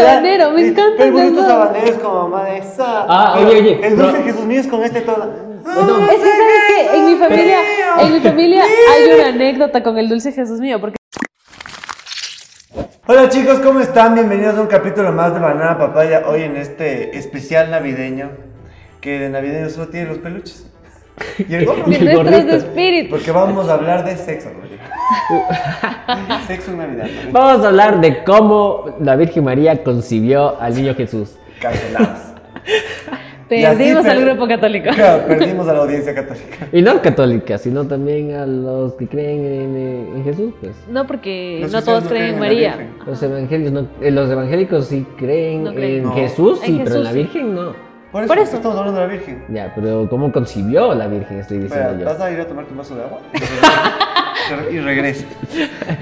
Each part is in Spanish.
Sabanero, me encanta. El burrito sabanero es como mamá de esa. Ah, oye, oye, El dulce no. Jesús mío es con este todo. no. Es que sabes que en mi familia, Mío. en mi familia hay una anécdota con el dulce Jesús mío, porque Hola chicos, ¿cómo están? Bienvenidos a un capítulo más de Banana Papaya. Hoy en este especial navideño. Que de navideño solo tiene los peluches. Y el gorro. Y el mi nuestros gorrito. espíritus. Porque vamos a hablar de sexo, Rodrigo. Sexo en Navidad. ¿no? Vamos a hablar de cómo la Virgen María concibió al niño Jesús. Cancelados. Y así Perdimos per- al grupo católico. Claro, perdimos a la audiencia católica. Y no católica, sino también a los que creen en, eh, en Jesús, pues. No porque Los no todos cristianos creen en la María. Virgen. Los evangélicos, no- eh, los evangélicos sí creen, No creen. en No. Jesús, En sí, pero Jesús en la sí. Virgen no. Por eso, Por eso. estamos hablando de la Virgen. Ya, pero ¿cómo concibió la Virgen? Estoy Espera, diciendo yo. ¿vas a ir a tomar tu vaso de agua? Y regresas.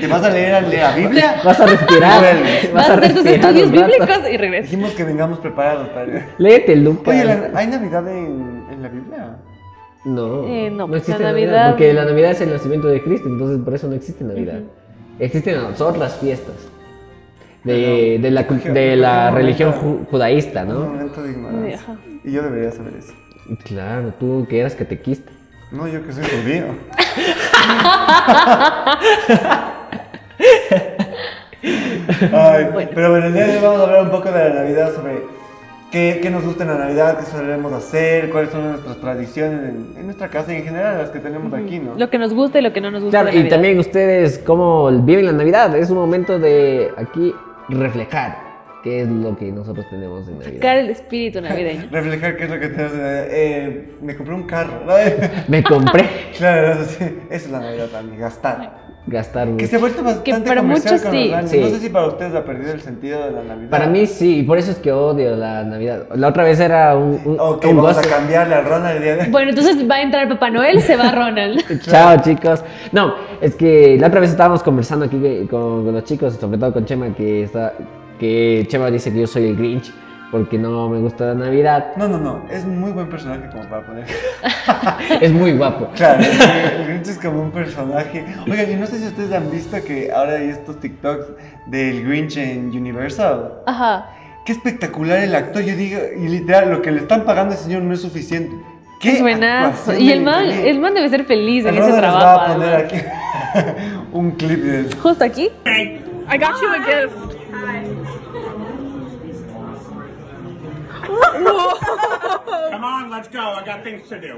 ¿Te vas a leer al- la Biblia? Vas a respirar. Vuelves. Vas a hacer tus respirar estudios un rato. bíblicos y regresas. Dijimos que vengamos preparados para... Léete, Lucas. Oye, ¿la- ¿hay Navidad en, en la Biblia? No, Eh, no, no pues, la existe Navidad, Navidad- Porque la Navidad es el nacimiento de Cristo, entonces por eso no existe Navidad. Existen otras fiestas de, de la, cul- Pero- de la pero- religión ju- judaísta, Un ¿no? momento de ignorancia. Ajá. Y yo debería saber eso. Claro, tú que eras catequista. No, yo que soy judío. Ay, Pero bueno, el día de hoy vamos a hablar un poco de la Navidad, sobre qué, qué nos gusta en la Navidad, qué solemos hacer, cuáles son nuestras tradiciones en, en nuestra casa y en general las que tenemos aquí, ¿no? Lo que nos gusta y lo que no nos gusta. Claro, de y Navidad. también ustedes cómo viven la Navidad. Es un momento de aquí reflejar qué es lo que nosotros tenemos en Sacar Navidad. el espíritu navideño. Reflejar qué es lo que tenemos en la Navidad. Eh, me compré un carro. ¿no? Me compré claro, eso sí. Esa es la Navidad también, gastar. gastar. Que se ha vuelto bastante para comercial muchos con sí. los años. Sí. No sé si para ustedes ha perdido el sentido de la Navidad. Para mí sí, y por eso es que odio la Navidad. La otra vez era un, un, Ok, un vamos a gozo. cambiarle a Ronald el día de Bueno, entonces va a entrar Papá Noel, se va Ronald. Chao chicos. No, es que la otra vez estábamos conversando aquí que- con, con los chicos, sobre todo con Chema, que está, que Chema dice que yo soy el Grinch porque no me gusta la Navidad. No, no, no. Es un muy buen personaje como para poner. Es muy guapo. Claro, es que el Grinch es como un personaje. Oigan, y no sé si ustedes han visto que ahora hay estos TikToks del Grinch en Universal. Ajá. Qué espectacular el actor. Yo digo, y literal, lo que le están pagando al señor no es suficiente. ¿Qué Es buenazo. actuación Y de el man, increíble. el man debe ser feliz en El ese Ronald les trabajo. va a poner además. aquí un clip de eso. Justo aquí. I got you a gift. Come on, let's go. I got things to do.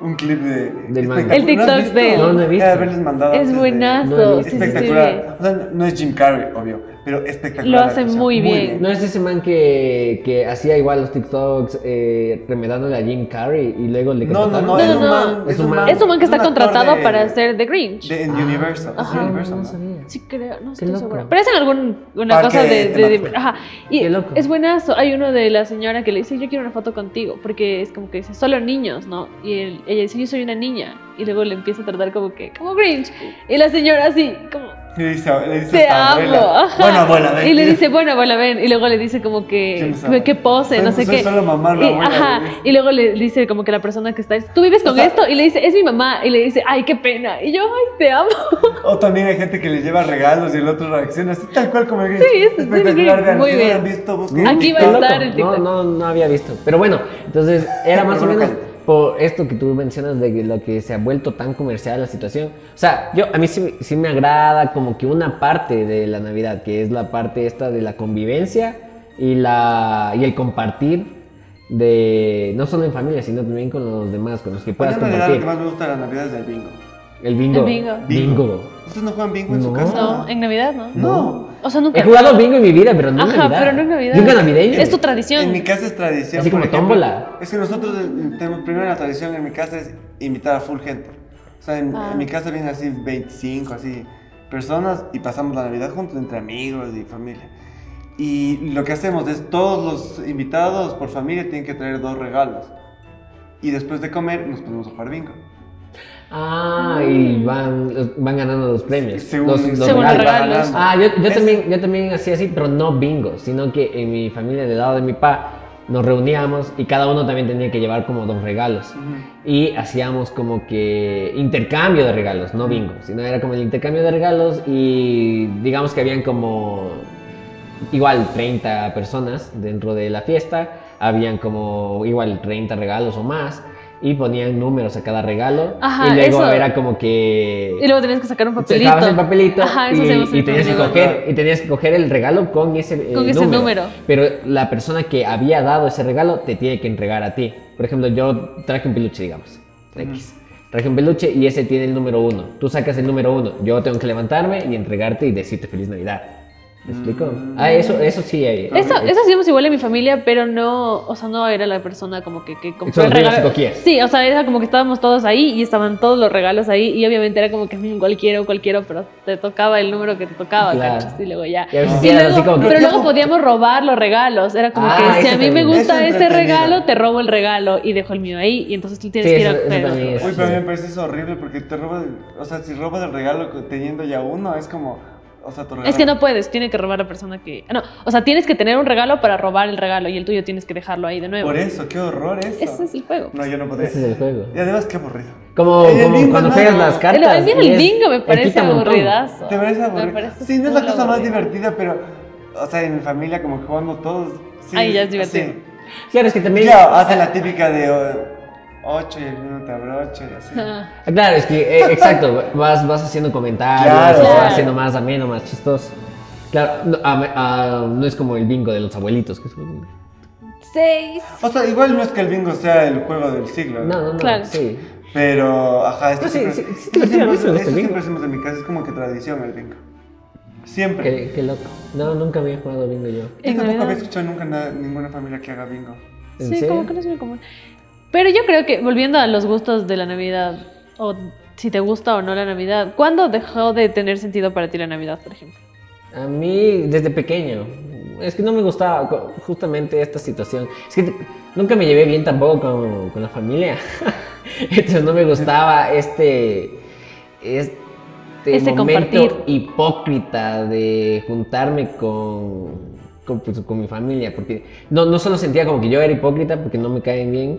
Un clip de. Del man. espectacular. El TikTok ¿No has visto? de él. No, no he visto. Eh, haberles mandado Es antes de- buenazo. no, sí, sí, sí, bien. Espectacular. O sea, no es Jim Carrey, obvio, pero espectacular. Lo la hace actuación. muy bien. No es ese man que, que hacía igual los TikToks eh, remedándole a Jim Carrey y luego le No, no, No, no, es contrataron? no, un man. no. Es un man. Es un man que está actor contratado de- para hacer The Grinch. De, en Universal. es Ajá, Universal, no ¿no? sabía. Sí, creo, no Qué estoy loco. segura. Pero es en algún, una Parque cosa de, de- de- temático. Ajá. Y Qué loco. es buenazo. Hay uno de la señora que le dice, yo quiero una foto contigo, porque es como que dice, solo niños, ¿no? Y él- ella dice, yo soy una niña. Y luego le empieza a tratar como que, como Grinch. Y la señora así, como, Le dice, a- le dice te a amo. abuela. Ajá. Bueno, abuela, ven. Y le dice, bueno, abuela, ven. Y luego le dice como Yo que, no sabía. que pose, Soy- no sé soy qué. solo mamá, la y, abuela, ajá. le dice. Y luego le dice como que la persona que está, es, tú vives con sea- esto. Y le dice, es mi mamá. Y le dice, ay, qué pena. Y yo, ay, te amo. O también hay gente que le lleva regalos y el otro reacciona así, tal cual como el Grinch. Sí, es- es el espectacular. Grinch, vean, muy si no lo bien. han visto, busquen Aquí va a en TikTok. estar. el No, TikTok. no, no había visto. Pero bueno, entonces era más o Pero no menos cuenta. por esto que tú mencionas de que lo que se ha vuelto tan comercial la situación. O sea, yo a mí sí, me- sí me agrada como que una parte de la Navidad, que es la parte esta de la convivencia y, la, y el compartir de no solo en familia, sino también con los demás, con los que Pues puedas en realidad lo compartir. que más me gusta de la Navidad es el bingo. El bingo. El bingo. Bingo. ¿Ustedes no juegan bingo en su No. casa? No, en Navidad no. No. O sea, nunca. He jugado bingo en mi vida, pero no en Ajá, Navidad. pero no en Navidad. Nunca navideño. Es tu tradición. En mi casa es tradición. Así por como ejemplo, tómbola. Es que nosotros eh, tenemos primero la tradición en mi casa es invitar a full gente. O sea, en, Ah. en mi casa vienen así 25, así personas y pasamos la Navidad juntos entre amigos y familia. Y lo que hacemos es todos los invitados por familia tienen que traer dos regalos. Y después de comer nos ponemos a jugar bingo. Ah, y van, los- van ganando los premios. Según- los, los Mm. Según los regalos. regalos. Ah, yo, yo Es- también, yo también hacía así, pero no bingo, sino que en mi familia, del lado de mi papá, nos reuníamos y cada uno también tenía que llevar como dos regalos. Y hacíamos como que intercambio de regalos, no bingo, sino era como el intercambio de regalos y digamos que habían como igual 30 personas dentro de la fiesta, habían como igual 30 regalos o más y ponían números a cada regalo Ajá, y luego eso. era como que Y luego tenías que sacar un papelito. sacabas el papelito Ajá, eso y, hacemos en y tenías que papelito. coger y tenías que coger el regalo con ese, eh, Con ese número. pero la persona que había dado ese regalo te tiene que entregar a ti por ejemplo yo traje un peluche digamos X. traje un peluche y ese tiene el número uno tú sacas el número uno yo tengo que levantarme y entregarte y decirte feliz navidad ¿me explico? ah eso eso sí eh, Mm. Eso, eh, eso hacíamos igual en mi familia, pero no, o sea, no era la persona como que, que compró Solo el tú ibas y regalo. cogías. Sí, o sea, era como que estábamos todos ahí y estaban todos los regalos ahí y obviamente era como que "Mm, cualquiera o cualquiera, pero te tocaba el número que te tocaba, Claro. ¿cachas? Y luego ya. y a veces Y eran luego- así como que- pero luego podíamos robar los regalos. Era como Ah, que si eso a mí me también. gusta Eso ese entretenido. regalo, te robo el regalo y dejo el mío ahí. Y entonces tú tienes Sí, que ir a eso- eso traer otro. también es. Uy, pero a Sí. mí me parece eso horrible porque te robas, o sea, si robas el regalo co- teniendo ya uno, es como, o sea, tu regalo. Es que no puedes, tiene que robar la persona que. ah, No, o sea, tienes que tener un regalo para robar el regalo y el tuyo tienes que dejarlo ahí de nuevo. Por eso, qué horror eso. Ese es el juego. No, yo no podría. ese es el juego Y además, qué aburrido. Como, El como bingo, cuando no, juegas no. las El- cartas. a mí y el es- bingo me te parece quita un montón. aburridazo. ¿Te parece aburrido? Me parece sí, no es la full cosa más aburrido. divertida, pero, o sea, en mi familia como que jugando todos. Sí, Ahí ya es divertido. así. Claro, es que también. Claro, hace la típica de oh, ocho y el uno te abrocha y así. Ah, Claro, es que, eh, exacto, vas, vas haciendo comentarios, Claro. vas Claro. haciendo más ameno, más chistoso. Claro, no, a- a- no es como el bingo de los abuelitos. Que es como- no, Seis. O sea, igual no es que el bingo sea el juego del siglo. no, no, Claro. sí. Pero, ajá, esto No, sí, siempre, sí, sí, te lo siempre- tiran, ¿no? Se los esto del bingo. siempre hacemos en mi casa, es como que tradición el bingo. Siempre. Qué, qué loco. No, nunca había jugado bingo yo. Yo En tampoco Navidad. había escuchado nunca nada- ninguna familia que haga bingo. ¿En Sí, serio? como que no es muy común. Pero yo creo que, volviendo a los gustos de la Navidad, o si te gusta o no la Navidad, ¿cuándo dejó de tener sentido para ti la Navidad, por ejemplo? A mí, desde pequeño. Es que no me gustaba co- justamente esta situación. Es que t- nunca me llevé bien tampoco con, con la familia. Entonces no me gustaba este. Este Ese momento compartir. hipócrita de juntarme con. Con, pues, con mi familia, porque no, no solo sentía como que yo era hipócrita porque no me caen bien,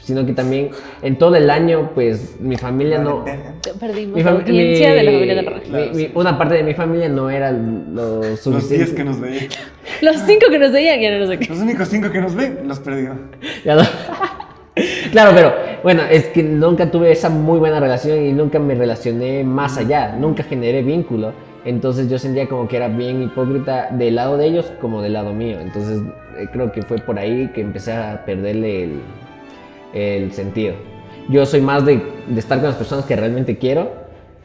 sino que también en todo el año, pues mi familia no, Vale, verga. Te Perdimos mi la fami- audiencia mi- de la familia de Rojas. mi- mi- Una parte de mi familia no era lo Los 10 que suficiente. nos veían. Los cinco que nos veían ya no nos veían. Los únicos 5 que nos ven, los perdió. Ya no- claro, pero bueno, es que nunca tuve esa muy buena relación y nunca me relacioné más Mm. allá, nunca generé vínculo. Entonces yo sentía como que era bien hipócrita del lado de ellos como del lado mío. Entonces eh, creo que fue por ahí que empecé a perderle el, el sentido. Yo soy más de, de estar con las personas que realmente quiero,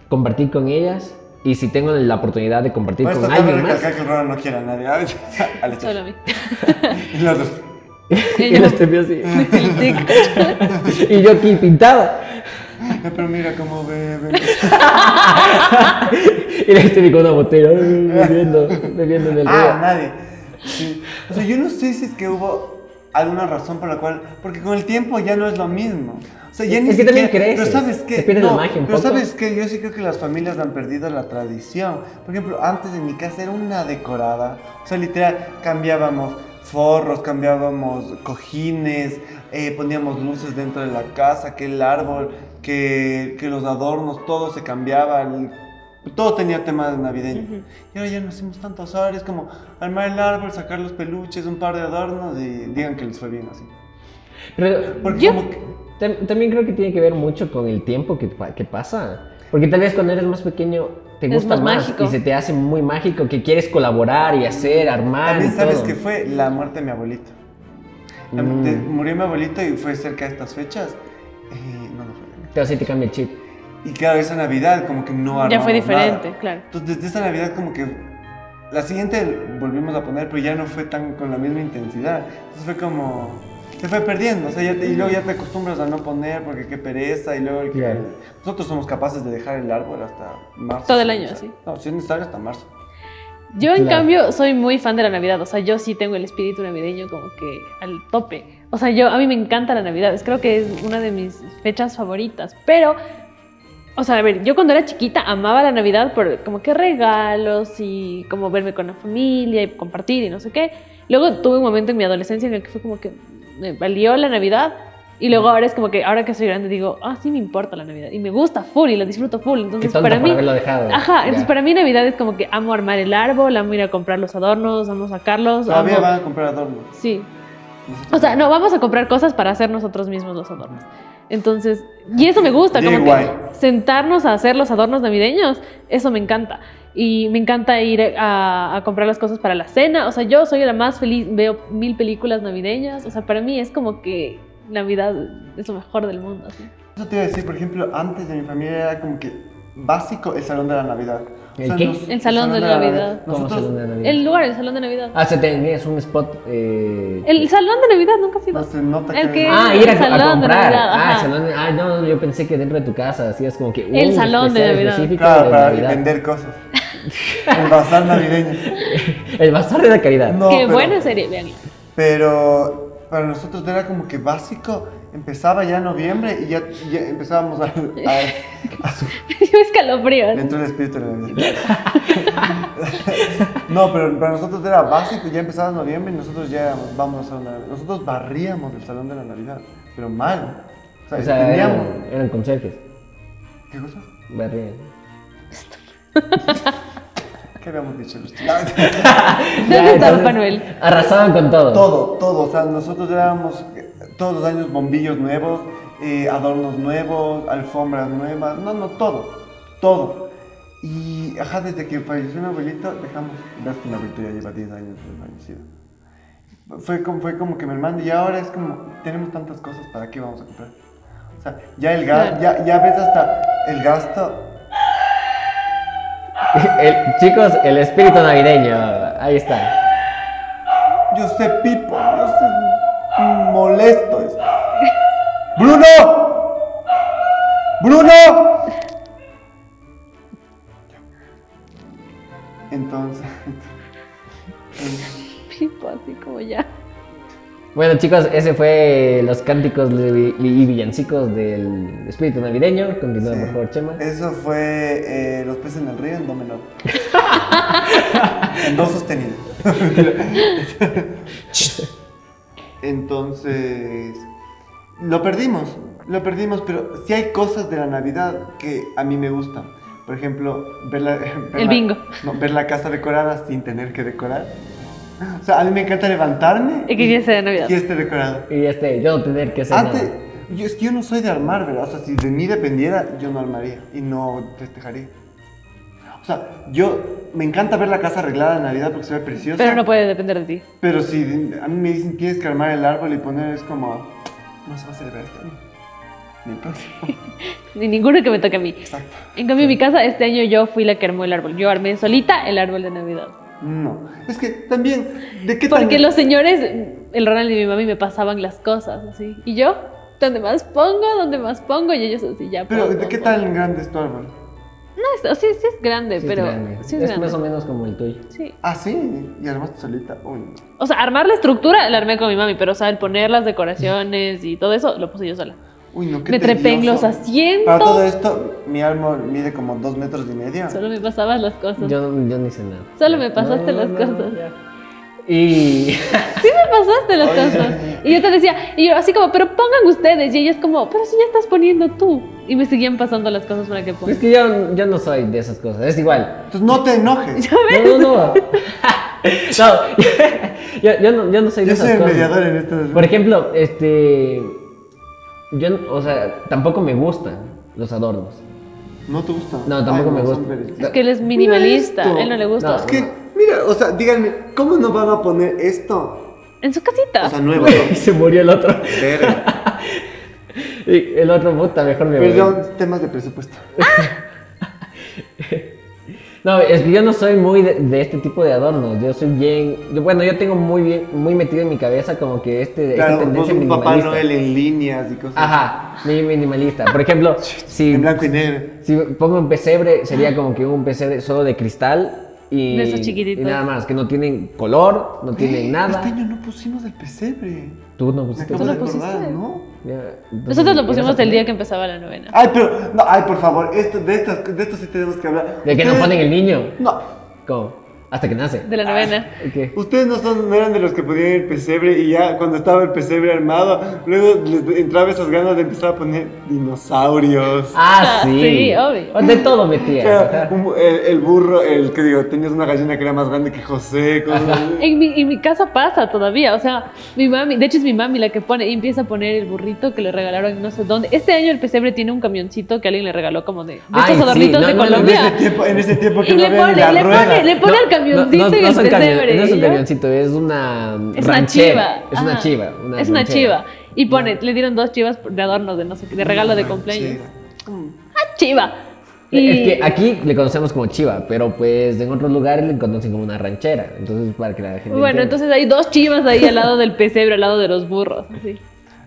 compartir con ellas y si tengo la oportunidad de compartir Por esto con cabe alguien más. recalcar que el Rona no quiere a nadie. A veces, a la Solo a mí. chica. Y los dos. Y los te veo así. Muy crítico. y yo aquí pintado. "Eh, Pero mira cómo bebe. Y la gente me con una botella, ay, bebiendo, bebiendo en el Ah, río. nadie. Sí. O sea, yo no sé si es que hubo alguna razón por la cual. Porque con el tiempo ya no es lo mismo. O sea, ya Es ni que también siquiera- creces, Pero sabes qué. se pierde la No, magia un Pero poco. sabes qué, yo sí creo que las familias han perdido la tradición. Por ejemplo, antes en mi casa era una decorada. O sea, literal, cambiábamos forros, cambiábamos cojines, eh, poníamos luces dentro de la casa, que el árbol, que, que los adornos, todo se cambiaba. el- todo tenía tema de navideño. Y ahora ya no hacemos tantos ahora es como armar el árbol, sacar los peluches, un par de adornos y digan que les fue bien así. Pero Porque yo como que- tam- también creo que tiene que ver mucho con el tiempo que, pa- que pasa. Porque tal vez cuando eres más pequeño te Es gusta más más, mágico. y se te hace muy mágico que quieres colaborar y hacer, armar. También y sabes Ah, todo. que fue la muerte de mi abuelito. La- Mm. de- Murió mi abuelito y fue cerca de estas fechas. Eh, no, no fue. Pero sí te cambia el chip. Y claro, esa Navidad como que Ya no fue armamos nada. diferente, claro. Entonces desde esa Navidad como que la siguiente volvimos a poner, pero ya no fue tan con la misma intensidad. Entonces fue como se fue perdiendo, o sea, ya te- y luego ya te acostumbras a no poner porque qué pereza y luego el que- Claro. nosotros somos capaces de dejar el árbol hasta marzo. Todo el si año, es necesario. sí. No, si es necesario hasta marzo. Yo, en Claro. cambio, soy muy fan de la Navidad. O sea, yo sí tengo el espíritu navideño como que al tope. O sea, yo, a mí me encanta la Navidad. Es- Creo que es una de mis fechas favoritas. Pero, o sea, a ver, yo cuando era chiquita amaba la Navidad por como que regalos y como verme con la familia y compartir y no sé qué. Luego tuve un momento en mi adolescencia en el que fue como que me valió la Navidad Y luego ahora es como que, ahora que soy grande, digo, ah, sí me importa la Navidad. Y me gusta full y la disfruto full. Qué Entonces, tonto para por mí. haberlo dejado. Ajá, entonces Ya. para mí Navidad es como que amo armar el árbol, amo ir a comprar los adornos, amo Pues, sacarlos. Todavía amo- van a comprar adornos. Sí. Nosotros- O sea, no, vamos a comprar cosas para hacer nosotros mismos los adornos. Entonces, y eso me gusta, como que DIY. sentarnos a hacer los adornos navideños, eso me encanta. Y me encanta ir a, a comprar las cosas para la cena. O sea, yo soy la más feliz, veo mil películas navideñas. O sea, para mí es como que Navidad es lo mejor del mundo. así. Eso te iba a decir, por ejemplo, antes de mi familia era como que básico el salón de la Navidad. ¿El qué? El salón de Navidad. ¿Cómo Nosotros- salón de Navidad? El lugar, el salón de Navidad. Ah, o sea, tenías un spot. eh, El salón de Navidad nunca ha sido. No se nota El que- que- Ah, ir a, el a salón de comprar. Navidad, ah, el ajá. salón de- ah, no, no, yo pensé que dentro de tu casa hacías como que un El salón de especial Navidad. específico Claro, de para Navidad. vender cosas. El bazar navideño. El bazar de la caridad. No, Qué pero- buena serie, veanla. Pero para nosotros era como que básico. Empezaba ya en noviembre y ya, ya empezábamos a, a- a- Me dio escalofríos. Le entró el espíritu de la Navidad. no, pero para nosotros era básico, ya empezaba noviembre y nosotros ya éramos, vamos al salón de la Navidad. Nosotros barríamos el salón de la Navidad, pero mal. O sea, eh. O sea, teníamos... eran, eran conserjes. ¿Qué cosa? Barrían. ¿Qué habíamos dicho? los chicos? ¿Dónde Ya, estaba entonces, Papá Noel? Arrasaban con todo. todo, todo. O sea, nosotros éramos eh, todos los años bombillos nuevos, eh, adornos nuevos, alfombras nuevas. No, no, todo. Todo. Y, ajá, desde que falleció mi abuelito, dejamos... Ves que mi abuelito ya lleva 10 años de fallecido. Fue como, fue como que me hermano y ahora es como, tenemos tantas cosas, ¿para qué vamos a comprar? O sea, ya el gasto, ya, ya ves hasta el gasto El- chicos, el espíritu navideño. Ahí está. Yo sé pipo, yo sé molesto es. ¡Bruno! ¡Bruno! Entonces. Pipo, así como ya. Bueno, chicos, ese fue los cánticos li- li- y villancicos del espíritu navideño. Continúa, por favor, Chema. Eso fue eh, Los peces en el río en do menor. en do sostenido. Entonces, lo perdimos, lo perdimos, pero sí hay cosas de la Navidad que a mí me gustan. Por ejemplo, ver la, ver El la- bingo. no, ver la casa decorada sin tener que decorar. O sea, a mí me encanta levantarme Y que ya sea Navidad. y esté decorado. Y este, yo no tener que hacer Antes, nada. yo, es que yo no soy de armar, ¿verdad? O sea, si de mí dependiera, yo no armaría y no festejaría. O sea, yo me encanta ver la casa arreglada en Navidad porque se ve preciosa. Pero no puede depender de ti. Pero si de- a mí me dicen tienes que armar el árbol y poner, es como, no se va a celebrar este año. Ni el próximo. Ni ninguno que me toque a mí. Exacto. En cambio, en mi casa, este año yo fui la que armó el árbol. Yo armé solita el árbol de Navidad. No. Es que también, ¿de qué Porque tan- los señores, el Ronald y mi mami, me pasaban las cosas así. Y yo, donde más pongo, donde más pongo. Y ellos así, ya Pero, pongo, ¿de qué pongo. tan grande es tu árbol? No, es- sí, sí es grande, Sí, es pero. grande. Sí, es, es grande. más o menos como el tuyo. Sí. Ah, sí. Y armaste solita. Uy, no. O sea, armar la estructura la armé con mi mami, pero o sea, el poner las decoraciones y todo eso, lo puse yo sola. Uy, no, qué Me trepé en tedioso. los asientos. Para todo esto, mi árbol mide como dos metros y medio. Solo me pasabas las cosas. Yo, no- yo no hice nada. Solo me pasaste las cosas. ya. Y. Sí me pasaste las Oye. cosas. Y yo te decía, y yo así como, pero pongan ustedes. Y ellos como, pero si ya estás poniendo tú. Y me seguían pasando las cosas para que Es pongan. que yo, yo no soy de esas cosas, es igual. Entonces no te enojes. No, no, no. No, yo, yo no, yo no soy de Yo esas soy el cosas. mediador en esto. Por ejemplo, este. Yo, no- o sea, tampoco me gustan los adornos. No te gusta. No, tampoco me son gusta. veres- Es que él es minimalista, Mira esto. él no le gusta. No, Es que, mira, o sea, díganme, ¿cómo no van a poner esto? En su casita. O sea, nuevo. Y se murió el otro. Verga. Y el otro, puta, mejor me voy. Perdón, temas de presupuesto. No, es que yo no soy muy de, de este tipo de adornos. Yo soy bien. yo- bueno, yo tengo muy bien, muy metido en mi cabeza como que este. esta Claro, vos tendencia un Papá minimalista. Noel en líneas y cosas. Ajá, muy minimalista. Por ejemplo, si, En blanco y negro. si pongo un pesebre, sería como que un pesebre solo de cristal y, De esos chiquititos. y nada más, que no tienen color, no tienen Este nada. año no pusimos el pesebre. Tú no Me pusiste acabo de lo pusiste? acordar, ¿no? Ya, entonces, Nosotros lo ¿ibas a pusimos el poner? día que empezaba la novena. Ay, pero, no, ay, por favor, esto, de, estas, de esto sí tenemos que hablar. De que no Ustedes- ponen el niño. No, ¿Cómo? Hasta que nace. de la novena. Ok. Ustedes no, son, no eran de los que podían ir pesebre y ya cuando estaba el pesebre armado, luego les entraba esas ganas de empezar a poner dinosaurios. Ah, sí. Sí, obvio. De todo Era metía. un- el, el burro, el que digo, tenías una gallina que era más grande que José. cosas así. En mi, en mi casa pasa todavía, o sea, mi mami, de hecho es mi mami la que pone y empieza a poner el burrito que le regalaron no sé dónde. Este año el pesebre tiene un camioncito que alguien le regaló como de, de Ay, estos sí, adornitos no, de no, no, En ese Colombia. tiempo, en ese tiempo que Y no le había ni pone, la le rueda. pone, le pone al camioncito y no el son camion- pesebre. no es y un yo- camioncito, es una ¿eh? Es una ranchera. chiva. Es una ajá. chiva. es una ranchera. chiva. Y pone, le dieron dos chivas de adorno, de no sé qué, de regalo de cumpleaños. ¡Ah, chiva! Y Es que aquí le conocemos como chiva, pero pues en otros lugares le conocen como una ranchera. Entonces, para que la gente. bueno, entienda. entonces hay dos chivas ahí al lado del pesebre, al lado de los burros, así.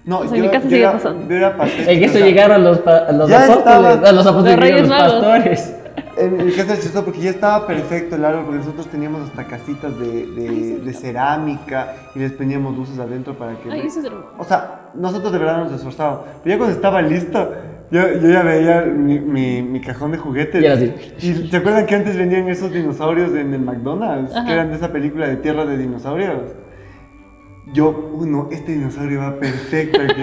No, O sea, yo, en mi casa yo sigue era, pasando. yo era patético, En eso o sea, llegaron los, pa- los Ya apóstoles, estaba- a los apóstoles Los Reyes llegaron los Magos. pastores. En el caso del chistoso, porque ya estaba perfecto el árbol, porque nosotros teníamos hasta casitas de, de- de cerámica y les poníamos luces adentro para que. Ay, eso es hermoso. O sea, nosotros de verdad nos esforzábamos. Pero ya cuando estaba listo, yo, yo ya veía mi, mi- mi cajón de juguetes. Y era así. ¿Y se acuerdan que antes vendían esos dinosaurios en el McDonald's? Ajá. Que eran de esa película de Tierra de Dinosaurios. Yo, uno, este dinosaurio va perfecto aquí.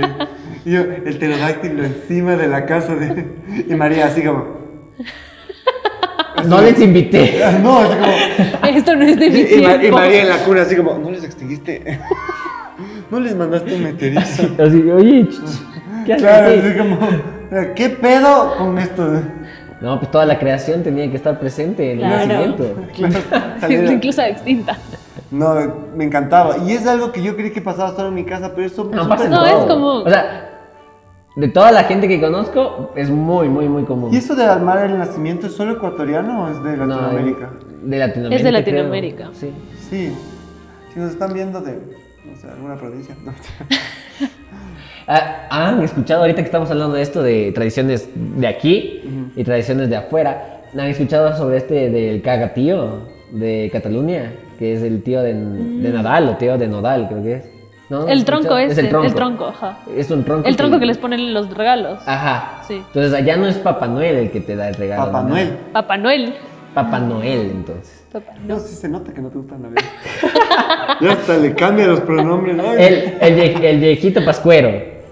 y yo, el pterodáctilo encima de la casa de. Y María, así como. No les invité. "Ah, No, así como. Esto no es de mi Y, y Ma- y tiempo. María en la cuna, así como, no les extinguiste. No les mandaste un meteorito. Así, oye, ch- ch- ¿qué haces Claro, aquí? así como, ¿qué pedo con esto? No, pues toda la creación tenía que estar presente en Claro. el nacimiento. Claro, salieron. Incluso extinta. No, me encantaba. Y es algo que yo creí que pasaba solo en mi casa, pero eso No, pasa en No, todo. es como- O sea, de toda la gente que conozco, es muy, muy, muy común. ¿Y eso de armar el nacimiento es solo ecuatoriano o es de No, eh. Latinoamérica? de Latinoamérica. Es de creo. Latinoamérica. Sí. Sí. Si nos están viendo de, no sé, alguna provincia. No. Ah, ¿Han escuchado ahorita que estamos hablando de esto de tradiciones de aquí y tradiciones de afuera? ¿Han escuchado sobre este del cagatío de Cataluña? Que es el tío de, de Nadal o tío de Nodal, creo que es. ¿No? ¿Han Mm. El tronco escuchado? es el tronco. ajá. Es un tronco. Ah. El tronco que les ponen los regalos. Ajá. Sí. Entonces allá no es Papá Noel el que te da el regalo. Papá ¿no? Noel. Papá Noel. Papá Noel, entonces. Papá Noel. No, sí se nota que no te gustan la vida. Ya hasta le cambia los pronombres. ¿no? El, el vie- el viejito pascuero.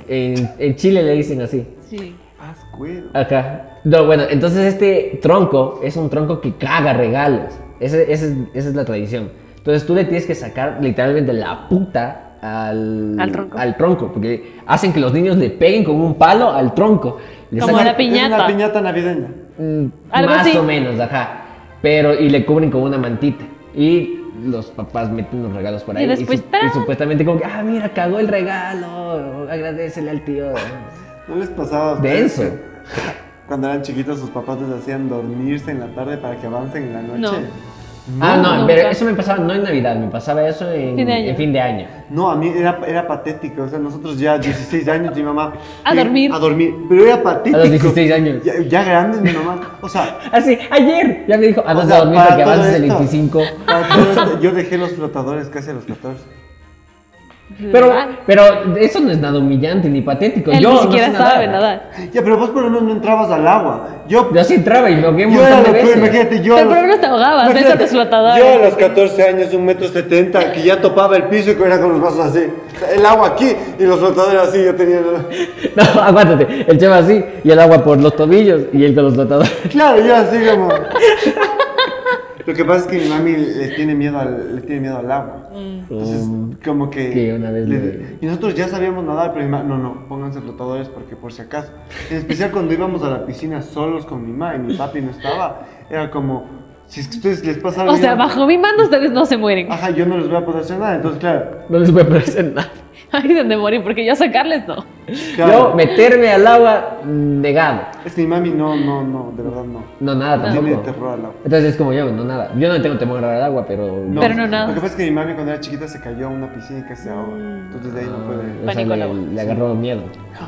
En, en Chile le dicen así. Sí. Pascuero. Acá. No, bueno, entonces este tronco es un tronco que caga regalos. Ese- ese es- esa es la tradición. Entonces tú le tienes que sacar literalmente la puta al, Al tronco. tronco, porque hacen que los niños le peguen con un palo al tronco. Le Como sacan- la piñata. Es una piñata navideña. Mm, Algo más así. o menos, ajá. Pero, y le cubren con una mantita. Y los papás meten los regalos por Y ahí. después, su- ¡tarán! supuestamente como que, ah, mira, cagó el regalo. Agradecele al tío. ¿No les pasaba a ustedes Denso. que Cuando eran chiquitos, sus papás les hacían dormirse en la tarde para que avancen en la noche. No. ah, no, nunca. pero eso me pasaba no en Navidad, me pasaba eso en Fin de año. en fin de año. No, a mí era, era patético. O sea, nosotros ya 16 años, mi mamá. A eh, dormir. A dormir. Pero era patético. A los 16 años. Ya, ya grandes, mi mamá. O sea, Así, Ah, ayer ya me dijo, ah, O no te sea, dormí para porque todo avances el esto. 25. para todo esto, yo dejé los flotadores casi a los 14. Pero, Ah, pero eso no es nada humillante ni patético. Él yo ni no siquiera sé sabe nadar. Ya, pero vos por lo menos no entrabas al agua. Yo. Yo sí entraba y lo que un Yo era montón de lo peor, veces. imagínate, yo. a Pero los- por lo menos te ahogabas, ves a imagínate, tus flotadores. Yo a los 14 años, un metro setenta, que ya topaba el piso y que era con los brazos así. O sea, El agua aquí y los flotadores así, yo tenía. No, aguántate. El chema así y el agua por los tobillos y él con los flotadores. Claro, yo así como. Lo que pasa es que mi mami le tiene miedo al, le tiene miedo al agua. Entonces, Mm. como que. Que una vez le- Y nosotros ya sabíamos nadar, pero mi mamá, no, no, pónganse flotadores porque por si acaso. En especial cuando íbamos a la piscina solos con mi mamá y mi papi no estaba, era como. Si es que a ustedes les pasa algo. O yo sea, no- bajo mi mando ustedes no se mueren. Ajá, yo no les voy a poder hacer nada. Entonces, claro. No les voy a parecer nada. Ahí donde morir, porque yo sacarles no. claro Yo meterme al agua mm, negado. Es que mi mami no, no, no, de verdad no. No nada Tiene tampoco. terror al agua. Entonces es como yo, no nada. Yo no le tengo temor al agua, pero Pero no nada. Lo que pasa es que mi mami cuando era chiquita se cayó a una piscina y casi se ahoga. Entonces de ahí Mm. no puede. o sea, Pánico al le, agua. le agarró miedo.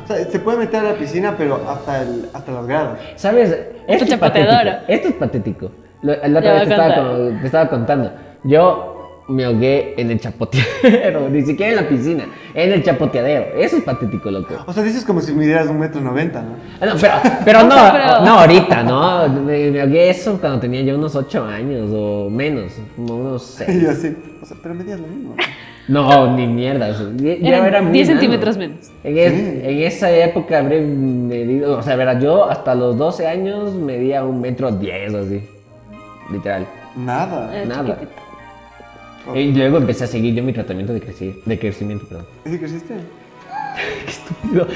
O sea, se puede meter a la piscina, pero hasta, el, hasta las gradas. ¿Sabes? Esto es chapoteador. patético. Esto es patético. Lo- la Ya otra va vez te a estaba, contar. con- te estaba contando. Yo me ahogué en el chapoteadero, ni siquiera en la piscina, en el chapoteadero. Eso es patético, loco. O sea, dices como si midieras un metro noventa, ¿no? Ah, No, pero, pero O no, sea, pero- no ahorita, ¿no? Me, me ahogué eso cuando tenía yo unos 8 años o menos, como unos Y 6. yo así, o sea, pero medías lo mismo. No, ni mierda. o sea, ya- ya Eran era muy 10 enano. centímetros menos. En, es- Sí. en esa época habré medido, o sea, verás, yo hasta los 12 años medía un metro 10 o así, literal. Nada. Era Nada. Eh, chiquitito. Y luego empecé a seguir yo mi tratamiento de, creci- de crecimiento, perdón. ¿Y creciste? Digo,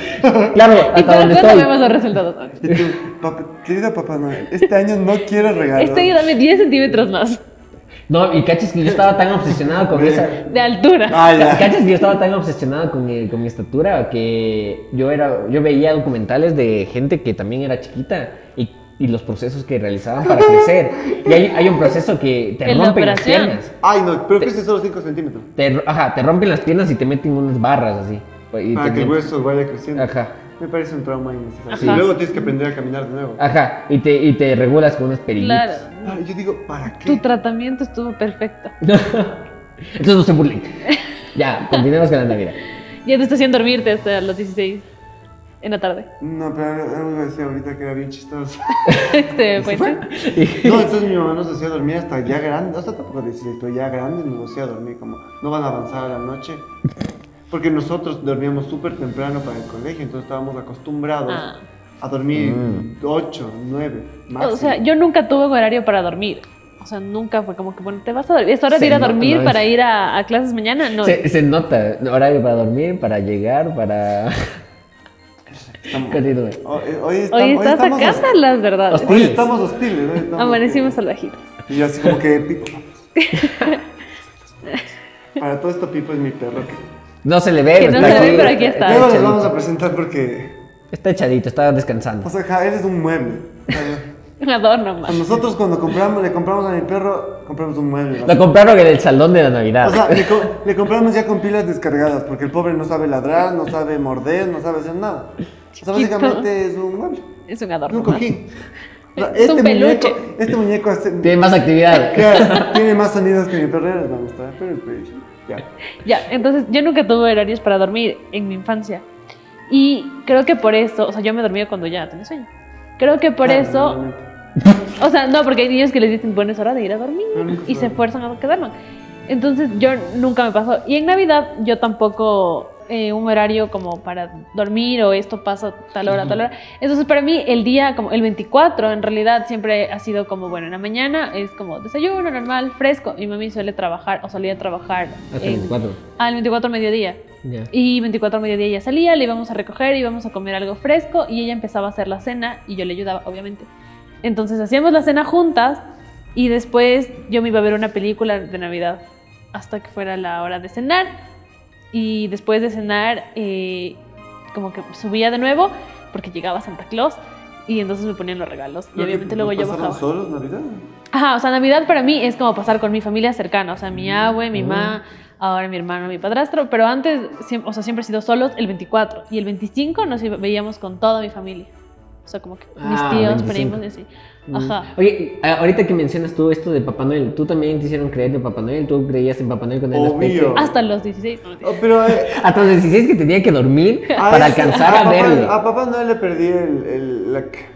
Claro, Ah, Y hasta para cuándo donde estoy. vemos los resultados. Y tú, papá, querido papá Noel, este año no quiero regalos. Este año dame 10 centímetros más No, y cachas que yo estaba tan obsesionado con Ve. esa... de altura. Ah, ya. ¿Cachas que yo estaba tan obsesionado con mi, con mi estatura que yo era yo veía documentales de gente que también era chiquita y, y los procesos que realizaban para crecer. Y hay, hay un proceso que te En la rompen las operación. piernas. Ay, no, pero creces solo 5 centímetros. Te, ro- ajá, te rompen las piernas y te meten unas barras así. Y Para te Ah, que el meten- hueso vaya creciendo. Ajá. Me parece un trauma innecesario. Ajá. Y luego tienes que aprender a caminar de nuevo. Ajá, y te, y te regulas con unas perillitas. Claro. Ah, yo digo, ¿para Tu qué? tratamiento estuvo perfecto. Entonces no se burlen. Ya, continuemos con la Navidad. Ya te está haciendo dormirte hasta los 16 en la tarde. No, pero algo iba a decir ahorita que era bien chistoso. Este, pues, No, entonces mi mamá nos hacía dormir hasta ya grande, o sea, tampoco 16, pero ya grande nos hacía dormir, como no van a avanzar a la noche. Porque nosotros dormíamos súper temprano para el colegio, entonces estábamos acostumbrados Ah. a dormir Mm. 8, 9, máximo. o sea, yo nunca tuve un horario para dormir. O sea, nunca fue como que, bueno, te vas a dormir. Es hora de Se ir a nota, dormir ¿no? para ir a, a clases mañana. No. Se, se nota, horario para dormir, para llegar, para... Estamos- Continúe. Ho- eh, hoy, estamos, Hoy estás estamos acá hasta las verdades. hostiles. Hoy estamos hostiles. hoy estamos Amanecimos salvajitos. hostiles. Y yo así como que Pipo. Para todo esto Pipo es mi perro. que- No se le ve, Que pero no está se ve, aquí. pero aquí está. Luego les echadito. vamos a presentar porque, Está echadito, está descansando. o sea, ja, él es un mueble. ¿sabes? Un adorno más. A nosotros cuando compramos, le compramos a mi perro, compramos un mueble. Lo compraron en el salón de la Navidad. o sea, le, co- le compramos ya con pilas descargadas, porque el pobre no sabe ladrar, no sabe morder, no sabe hacer nada. O sea, Chiquito. básicamente es un mueble, Es un es un adorno más. cojín. O sea, Es un peluche. Muñeco, este muñeco hace- Tiene más actividad. claro, tiene más sonidos que mi perro, les va a mostrar, pero es bello. Ya. Ya, entonces yo nunca tuve horarios para dormir en mi infancia. Y creo que por eso, o sea, yo me dormía cuando ya tenía sueño. Creo que por Claro, eso normalmente. O sea, no, porque hay niños que les dicen, bueno, es hora de ir a dormir Pero Ah, nunca y se se duermen. esfuerzan a que duerman. Entonces, yo nunca me pasó. Y en Navidad, yo tampoco eh, un horario como para dormir o esto pasa tal hora, tal hora. Entonces, para mí, el día, como el 24, en realidad siempre ha sido como, bueno, en la mañana es como desayuno normal, fresco. Mi mami suele trabajar o solía trabajar Hasta en- el 24. al 24 mediodía. Ya. Eh. Y 24 al mediodía ella salía, le íbamos a recoger, íbamos a comer algo fresco y ella empezaba a hacer la cena y yo le ayudaba, obviamente. Entonces hacíamos la cena juntas y después yo me iba a ver una película de Navidad hasta que fuera la hora de cenar. Y después de cenar, eh, como que subía de nuevo porque llegaba Santa Claus y entonces me ponían los regalos. Y Creo que obviamente luego yo ¿Pasaron bajaba. solos Navidad? Ajá, o sea, Navidad para mí es como pasar con mi familia cercana, o sea, mi abue, mi mamá, ahora mi hermano, mi padrastro, pero antes, siem- o sea, siempre he sido solos el 24 y el 25 nos iba- veíamos con toda mi familia. O sea, como que mis Ah, tíos, 25. primos y así. Ajá. Mm. Oye, a- ahorita que mencionas tú esto de Papá Noel, ¿tú también te hicieron creer de Papá Noel? ¿Tú creías en Papá Noel con el Obvio. Hasta los 16. no, mentira. Oh, pero eh, Hasta los 16 que tenía que dormir A para Ah, ese- alcanzar a, papá- ah. verlo. A papá no le perdí el, el- la c-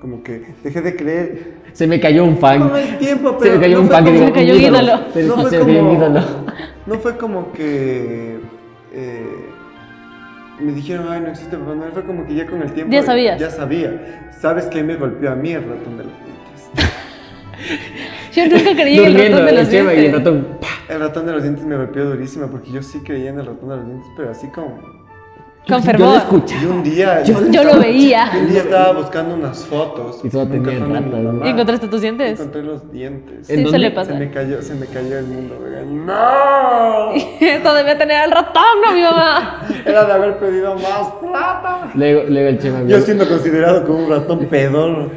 como que dejé de creer. Se me cayó un fan. Con el tiempo, Se pero me cayó no un fue fan que como- digo, Se me cayó un ídolo. Se, no se fue me cayó un como, ídolo. no fue como que eh, me dijeron, ay, no existe papá Noel. Fue como que ya con el tiempo. Ya sabías. Ya sabía. ¿Sabes qué me golpeó a mí el ratón de los dientes? Yo nunca creí en el Durmiendo, ratón de los el Chema y el dientes. ratón. ¡pah! El ratón de los dientes me golpeó durísimo porque yo sí creía en el ratón de los dientes, pero así como. Yo- Con Yo lo fervor. escuchaba. Y un día. Yo- Yo lo veía. Y un día estaba buscando unas fotos. Y solo en un tenía el cajón de mi ratón. mamá. ¿Y encontraste tus dientes? Encontré los dientes. ¿En Sí, dónde? suele Se pasar. me cayó, se me cayó el mundo, vegan. ¡No! Esto debía tener al ratón, no mi mamá. Era de haber pedido más plata. Luego, luego el Chema vio, Yo siendo considerado como un ratón pedón.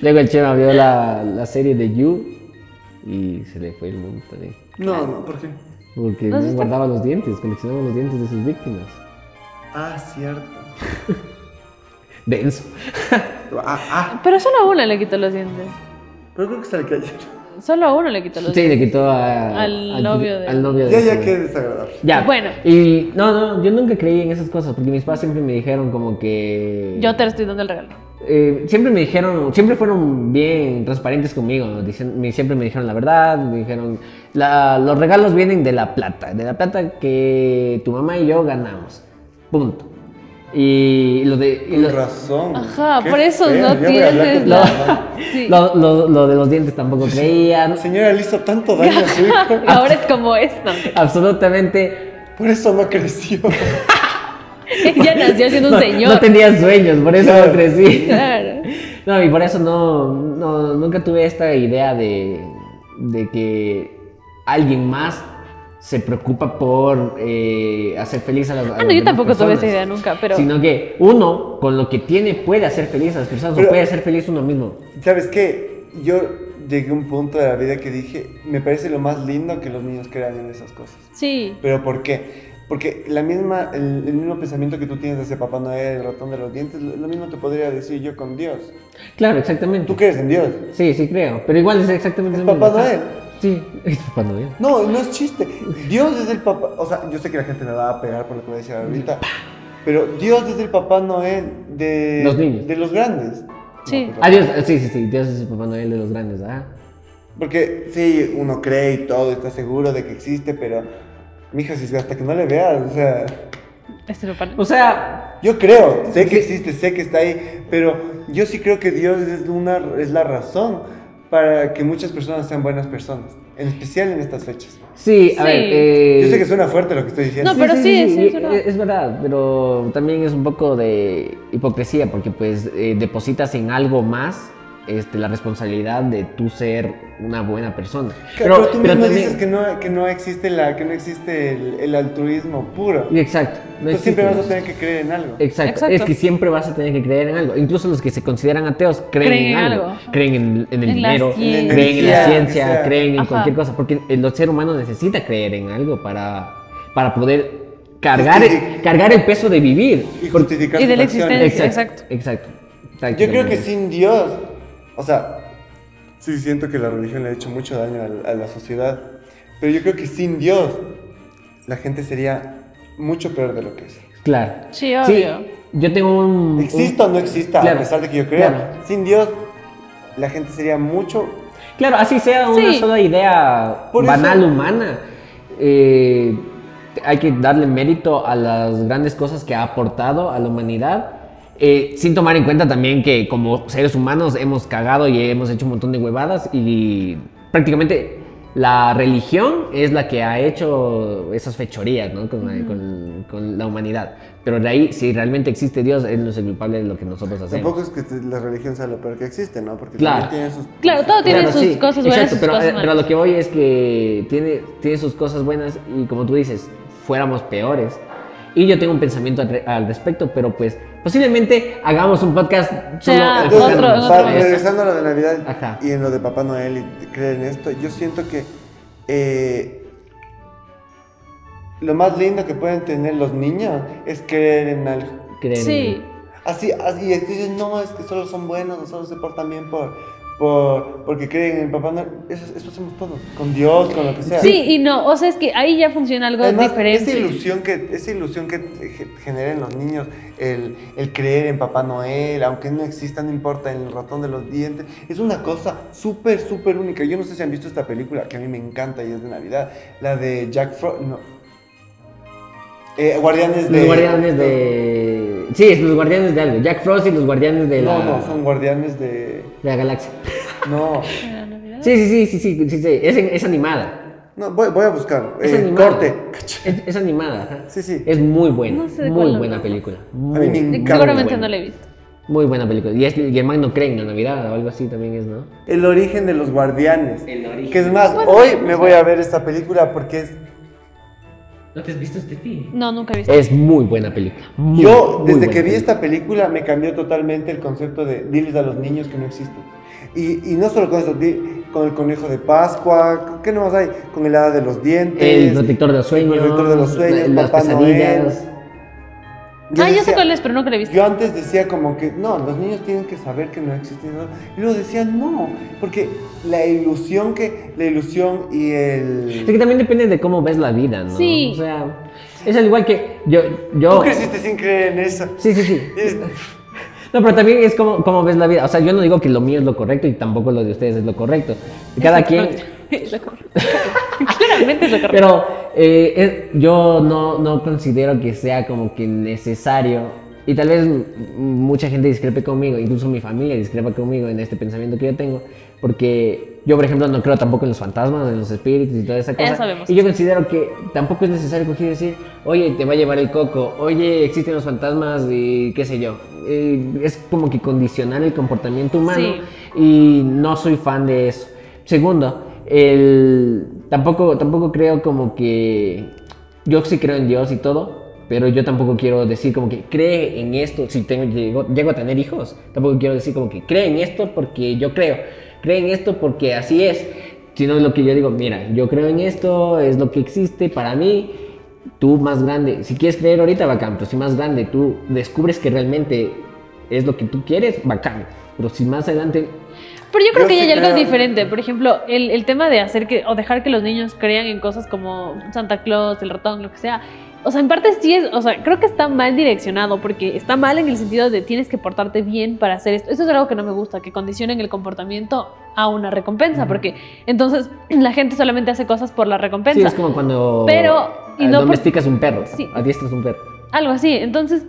luego el Chema vio la, la serie de You y se le fue el mundo también. No, no, ¿por qué? Porque ¿No no has visto? guardaba los dientes, coleccionaba los dientes de sus víctimas. Ah, cierto. Denso. Ah, ah, Pero solo a una le quitó los dientes. pero Ah, creo que se le cayeron. Solo a uno le quitó los Sí, le quitó a- Al novio de- al novio de Ya, ya, Zoe. qué desagradable. Ya. Bueno. Y no, no, yo nunca creí en esas cosas porque mis padres siempre me dijeron como que... Yo te estoy dando el regalo. Eh, siempre me dijeron, siempre fueron bien transparentes conmigo, ¿no? Dicen- me- siempre me dijeron la verdad, me dijeron, "La- los regalos vienen de la plata, de la plata que tu mamá y yo ganamos, punto. Y lo de... y Con lo- razón. Ajá, Qué por eso feo, no ya voy a hablar tienes con la- tu mamá. Sí. lo- lo- lo de los dientes tampoco creían, Señora, le hizo tanto daño a su hijo. Ahora es como esto. absolutamente... Por eso no creció. ya nació siendo un no- señor. No tenía sueños, por eso Claro. no crecí. Claro. No, y por eso no, no- nunca tuve esta idea de, de que alguien más se preocupa por eh, hacer feliz a las a Ah, no, las yo demás tampoco tuve esa personas. idea nunca, pero- Sino que uno, con lo que tiene, puede hacer feliz a las personas Pero- o puede hacer feliz uno mismo. ¿Sabes qué? Yo llegué a un punto de la vida que dije, me parece lo más lindo que los niños crean en esas cosas. Sí. ¿Pero por qué? Porque la misma, el, el mismo pensamiento que tú tienes hacia Papá Noel, el ratón de los dientes, lo, lo mismo te podría decir yo con Dios. Claro, exactamente. ¿Tú crees en Dios? Sí, sí creo. Pero igual es exactamente ¿Es lo mismo. Papá Noel? Sí, es Papá Noel. No, no es chiste. Dios es el papá. O sea, yo sé que la gente me va a pegar por lo que voy a decir ahorita. Pero Dios es el papá Noel de Los niños. De los grandes. Sí. No, pues, Ah, Dios, eh, sí, sí, sí, Dios es el Papá Noel de los grandes, ¿ah? Porque sí, uno cree y todo, está seguro de que existe, pero. Mija, si hasta que no le veas, o sea. Este no para- O sea, Yo creo, sé que existe, sé que está ahí, pero yo sí creo que Dios es, una, es la razón para que muchas personas sean buenas personas, en especial en estas fechas. Sí, a Sí. ver. eh, Yo sé que suena fuerte lo que estoy diciendo. No, pero sí, sí, es y- verdad. es, verdad, pero también es un poco de hipocresía porque pues eh, depositas en algo más este, la responsabilidad de tú ser una buena persona. Pero, tú mismo también- dices que no, que no existe, la, que no existe el, el altruismo puro. Exacto. no Tú siempre existe. Eh, vas a tener que creer en algo. Exacto. Exacto. es que siempre vas a tener que creer en algo. Incluso los que se consideran ateos creen, en algo. Creen en, en el En la dinero, creen ciencia. en la O ciencia, sea, creen en Ajá. cualquier cosa. Porque el ser humano necesita creer en algo para, para poder cargar, Justific- cargar el peso de vivir. Y Porque- justificar Y sus de la acciones. existencia. Exacto. Exacto. Yo creo que sin Dios, o sea, sí siento que la religión le ha hecho mucho daño al- a, la sociedad, pero yo creo que sin Dios la gente sería mucho peor de lo que es. Claro. Sí, obvio. yo tengo un. un- Exista o no exista, Claro, a pesar de que yo crea, claro. sin Dios la gente sería mucho... Claro, así sea una Sí. sola idea Por eso- banal humana. eh, hay que darle mérito a las grandes cosas que ha aportado a la humanidad. eh, sin tomar en cuenta también que como seres humanos hemos cagado y hemos hecho un montón de huevadas y prácticamente la religión es la que ha hecho esas fechorías ¿no? con, la, con- con la humanidad. Pero de ahí, si realmente existe Dios, Él no es el culpable de lo que nosotros hacemos. Tampoco es que te- la religión sea lo peor que existe, ¿no? Porque Claro. también tiene sus... Claro, todo tiene Claro, sus sí, cosas buenas y exacto, sus pero, cosas eh, pero malas. lo que voy es que tiene, tiene sus cosas buenas y como tú dices, fuéramos peores. Y yo tengo un pensamiento al, re- al respecto, pero pues posiblemente hagamos un podcast solo Sea Entonces, Ah, otro- enfocándonos otro para- en eso. regresando a lo de Navidad Ajá. y en lo de Papá Noel y creer en esto, yo siento que eh, lo más lindo que pueden tener los niños es creer en algo. Creer en- Sí. Así, así y es que dicen, no, es que solo son buenos, o solo se portan bien por, por, porque creen en Papá Noel. Eso, eso hacemos todos, con Dios, con lo que sea. Sí y no, o sea, es que ahí ya funciona algo Además, diferente. Esa ilusión que, esa ilusión que ge- genera en los niños el, el creer en Papá Noel, aunque no exista, no importa, en el ratón de los dientes, es una cosa súper, súper única. Yo no sé si han visto esta película que a mí me encanta y es de Navidad, la de Jack Frost, no. Eh, guardianes de... Los guardianes de... Sí, es los guardianes de algo. Jack Frost y los guardianes de la, No, no, son guardianes de... de la galaxia. No, Para Navidad. Sí, sí, sí, sí, sí, sí, sí, Es, es animada. no voy, voy a buscar. Es Eh, animada. corte. Es, es animada. ajá. Sí, sí. Es muy buena. No sé de cuál muy buena hablas. película. me Muy, muy encanta. Seguramente buena. no la he visto. Muy buena película. Y, es, y el man no cree en la Navidad o algo así también es, ¿no? El origen de los guardianes. Que es más, hoy me voy a ver esta película porque es ¿No te has visto este film? No, nunca he visto. Es muy buena película. muy, Yo, muy desde buena que vi película. esta película, me cambió totalmente el concepto de diles a los niños que no existen. Y, y no solo con eso, di- con el conejo de Pascua, ¿qué nomás hay? Con el hada de los dientes. El protector de los sueños. El protector de los sueños, la- las Papá Noel. pesadillas. Ah, yo sé cuál es, pero nunca la he visto. Yo antes decía como que, no, los niños tienen que saber que no existe nada. Y luego decía, no, porque la ilusión que, la ilusión y Es que el... también depende de cómo ves la vida, ¿no? Sí. O sea, es al igual que yo... yo... Tú creciste sin creer en eso. Sí, sí, sí. Es- No, pero también es como, como ves la vida. O sea, yo no digo que lo mío es lo correcto y tampoco lo de ustedes es lo correcto. Cada quien... Es lo correcto. Claramente es lo correcto. Pero eh, es- yo no, no considero que sea como que necesario. Y tal vez m- mucha gente discrepe conmigo, incluso mi familia discrepa conmigo en este pensamiento que yo tengo, porque yo, por ejemplo, no creo tampoco en los fantasmas, en los espíritus y toda esa cosa. sabemos. Y yo considero que tampoco es necesario coger y decir, oye, te va a llevar el coco, oye, existen los fantasmas y qué sé yo. Eh, es como que condicionar el comportamiento humano y no soy fan de eso. Segundo, el, tampoco, tampoco creo como que yo sí creo en Dios y todo, pero yo tampoco quiero decir como que cree en esto si tengo, llego, llego a tener hijos. Tampoco quiero decir como que cree en esto porque yo creo, cree en esto porque así es. Sino lo que yo digo, mira, yo creo en esto, es lo que existe para mí tú más grande, si quieres creer ahorita, bacán, pero si más grande tú descubres que realmente es lo que tú quieres, bacán. Pero si más adelante, Pero yo creo Yo que sí hay algo creo- diferente. Por ejemplo, el, el tema de hacer que o dejar que los niños crean en cosas como Santa Claus, el ratón, lo que sea. O sea, en parte sí es, o sea, creo que está mal direccionado porque está mal en el sentido de tienes que portarte bien para hacer esto. Eso es algo que no me gusta, que condicionen el comportamiento a una recompensa, porque entonces la gente solamente hace cosas por la recompensa. sí, es como cuando Pero, y eh, no por- domesticas un perro, Sí. adiestras un perro. Algo así. Entonces,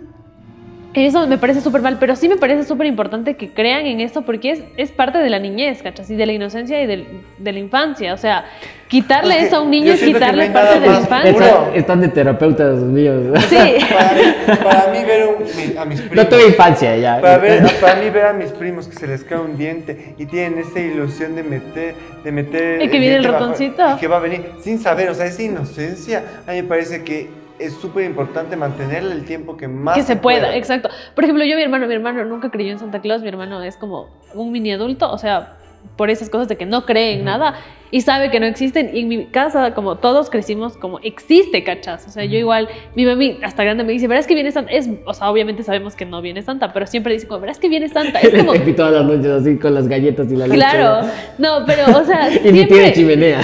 eso me parece súper mal, pero sí me parece súper importante que crean en esto porque es, es parte de la niñez, ¿cachas? Y de la inocencia y del- de la infancia. O sea, quitarle Es que eso a un yo niño es siento que no quitarle hay parte nada de la más infancia. puro. Están, están de terapeutas míos. Sí. Para mí, para mí ver un- mi- a mis primos... No tuve infancia ya. Para, ver, para mí ver a mis primos que se les cae un diente y tienen esa ilusión de meter... De meter Y que viene el diente bajo- ratoncito. y que va a venir sin saber, o sea, esa inocencia. A mí me parece que es súper importante mantenerla el tiempo que más... Que se pueda, exacto. Por ejemplo, yo, mi hermano, mi hermano nunca creyó en Santa Claus, mi hermano es como un mini adulto, o sea, por esas cosas de que no cree en nada y sabe que no existen. Y en mi casa, como todos crecimos, como existe, cachas. O sea, yo igual, mi mami hasta grande me dice, verás que viene Santa, es, o sea, obviamente sabemos que no viene Santa, pero siempre dice, como, verás que viene Santa. Es como, Este, Y todas las noches así con las galletas y la leche. claro, no, pero, o sea, Y ni tiene siempre, chimenea.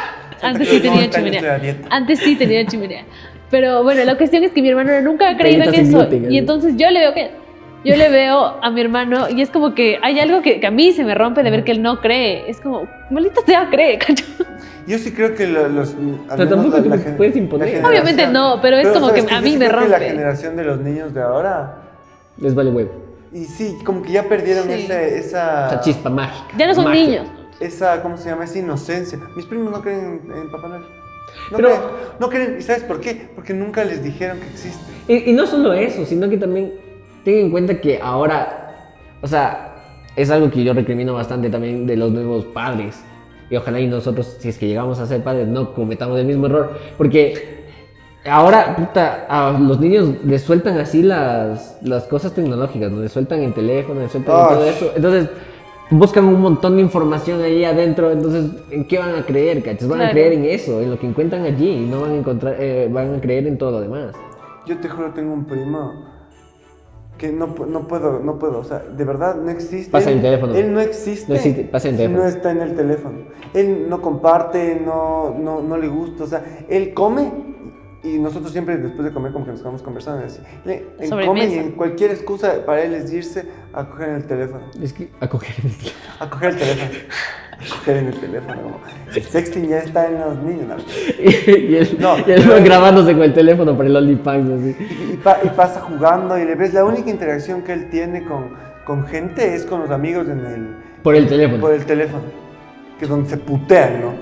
antes sí tenía chimenea. Antes sí tenía chimenea. Pero bueno, la cuestión es que mi hermano nunca ha creído en Galletas sin eso. gluten, Y ¿eh? entonces yo le veo que. Yo le veo a mi hermano y es como que hay algo que, que a mí se me rompe de ver que él no cree. Es como, maldita sea, cree, cacho. Yo sí creo que lo- los. al Pero menos tampoco la- te la gen- puedes imponer. la generación- Obviamente no, pero es como ¿sabes que qué? a Yo mí sí me creo que La rompe. generación de los niños de ahora. Les vale huevo. Y sí, como que ya perdieron Sí. ese- esa. Esa chispa mágica. Ya no son magia. niños. Esa, ¿cómo se llama? Esa inocencia. Mis primos no creen en, en Papá Noel. No, Pero- creen, no creen. ¿Y sabes por qué? Porque nunca les dijeron que existe. Y, y no solo eso, sino que también tengan en cuenta que ahora, o sea, es algo que yo recrimino bastante también de los nuevos padres. Y ojalá y nosotros, si es que llegamos a ser padres, no cometamos el mismo error. Porque ahora, puta, a los niños les sueltan así las, las cosas tecnológicas, ¿no? les sueltan el teléfono, les sueltan Ah, todo eso. Entonces, buscan un montón de información ahí adentro. Entonces, ¿en qué van a creer, cachas? Van Claro. a creer en eso, en lo que encuentran allí. Y no van a, encontrar, eh, van a creer en todo lo demás. Yo te juro, tengo un primo que no, pu- no puedo, no puedo, o sea, de verdad no existe. Pasa Él- el teléfono. Él no existe. No existe, pasa el si teléfono. No está en el teléfono. Él no comparte, no, no, no le gusta, o sea, él come y nosotros siempre después de comer como que nos quedamos conversando. y Así. Le- Él Sobremesa. come y en cualquier excusa para él es irse a coger en el teléfono. Es que a coger el tío. A coger el teléfono. A coger en el teléfono. como, El sexting ya está en los niños. ¿no? y él, No, y él pero- grabándose con el teléfono para el OnlyFans, así. y, pa- y pasa jugando y le ves la única interacción que él tiene con, con gente es con los amigos en el Por el teléfono. por el teléfono que es donde se putean no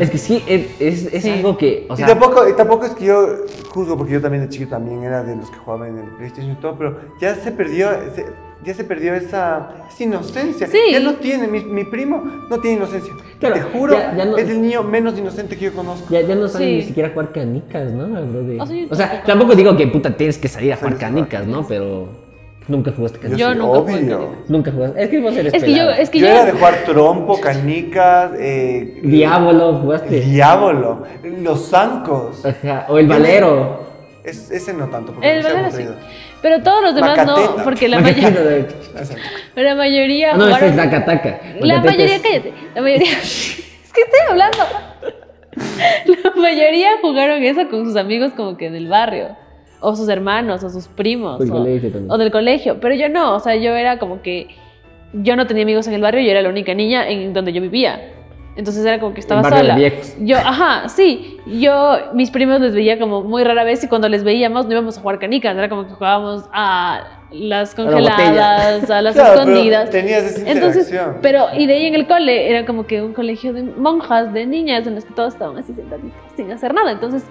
Es que sí, es, es- es Sí. algo que. O sea, y tampoco y tampoco es que yo juzgo porque yo también de chico también era de los que jugaban en el PlayStation y todo pero ya se perdió ese- ya se perdió esa, esa inocencia. Sí. Ya no tiene, mi, mi primo no tiene inocencia. Claro, Te juro, ya- ya no- es el niño menos inocente que yo conozco. ya, ya no saben Sí. ni siquiera jugar canicas, ¿no? Bro, de- O sea, yo o sea, tampoco. tampoco digo que puta tienes que salir a Sales jugar a canicas, ¿no? Pero nunca jugaste canicas. Yo sí, nunca jugué obvio. canicas. Nunca jugaste. Es que vos eres. Es que yo, pelado. es que yo yo. Eh, era de jugar trompo, canicas, eh, Diablo, jugaste. Diablo, los zancos. Ajá, O el valero. Es, ese no tanto, porque El no se ha banano sí. aburrido. Pero todos los demás Macateta. no, porque la, Macateta mayo- de- Ese no. la mayoría. Ah, no, ese es jugaron- taca taca. La mayoría, cállate. La mayoría. es que estoy hablando. La mayoría jugaron eso con sus amigos, como que del barrio. O sus hermanos, o sus primos. Del o, colegio Pues, también. o del colegio. Pero yo no. O sea, yo era como que. Yo no tenía amigos en el barrio, yo era la única niña en donde yo vivía. Entonces era como que estaba barrio de sola. viejos. Yo, ajá, sí. Yo, mis primos les veía como muy rara vez y cuando les veíamos no íbamos a jugar canicas. Era como que jugábamos a las la botella. congeladas, a las Claro, pero escondidas. Tenías esa Entonces, interacción. pero, y de ahí en el cole, era como que un colegio de monjas, de niñas, en las que todas estaban así sentaditas, sin hacer nada. Entonces,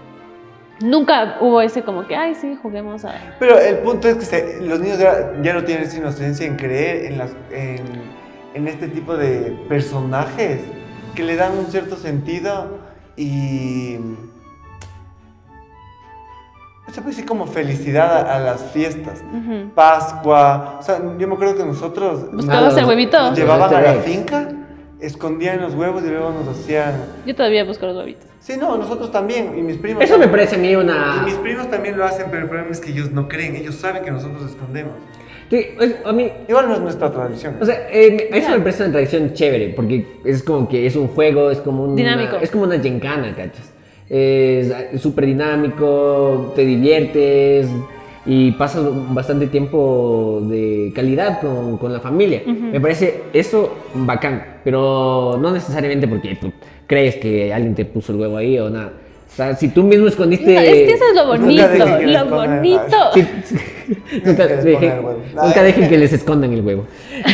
nunca hubo ese como que, ay, sí, juguemos a... Pero el punto es que se- los niños ya, ya no tienen esa inocencia en creer en, las, en, en este tipo de personajes que le dan un cierto sentido y... pues, Se puede decir como felicidad a, a las fiestas. Ujú. Pascua. O sea, yo me acuerdo que nosotros... Buscabas nos- el huevito. nos llevaban a la Huevito. finca, escondían los huevos y luego nos hacían... Yo todavía busco los huevitos. Sí, no, nosotros también. Y mis primos... Eso me también. parece a mí Y una. mis primos también lo hacen, pero el problema es que ellos no creen, ellos saben que nosotros escondemos. Sí, es- a mí. Igual no es nuestra tradición. O sea, eh, eso me parece una tradición chévere, porque es como que es un juego, es como un. Dinámico. Es como una gincana, ¿cachas? Es eh, súper dinámico, te diviertes y pasas bastante tiempo de calidad con, con la familia. Me parece eso bacán, pero no necesariamente porque pues, crees que alguien te puso el huevo ahí o nada. O sea, si tú mismo escondiste. No, es que eso es lo Nunca dejes bonito, que les lo pongan nada. bonito. Sí, sí. nunca, Que les dejen- pongan el huevo. nunca dejen que les escondan el huevo.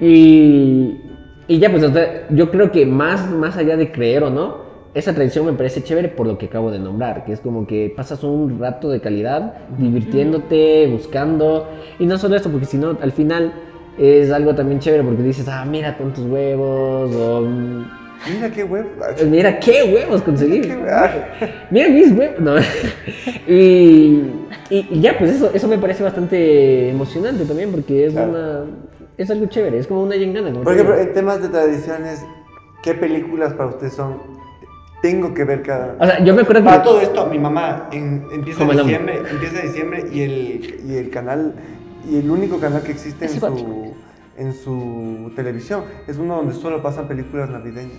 y, y ya, pues o sea, yo creo que más, más allá de creer o no, esa tradición me parece chévere por lo que acabo de nombrar, que es como que pasas un rato de calidad divirtiéndote, buscando. Y no solo eso, porque si no, al final es algo también chévere porque dices, ah, mira cuántos huevos, o mm, Mira qué huevo. Pues mira qué huevos conseguí. Qué hue- Mira mis huevos. No. y, y- y ya, pues eso, eso me parece bastante emocionante también porque es Claro. una. Es algo chévere, es como una yengana. como Por te ejemplo, digo. en temas de tradiciones, ¿qué películas para ustedes son? Tengo que ver cada. o sea, yo me acuerdo que. eh, Para todo esto, mi mamá en- empieza Como el en hombre. diciembre, empieza en diciembre y el, y el canal, y el único canal que existe en Es su, en su televisión es uno donde solo pasan películas navideñas.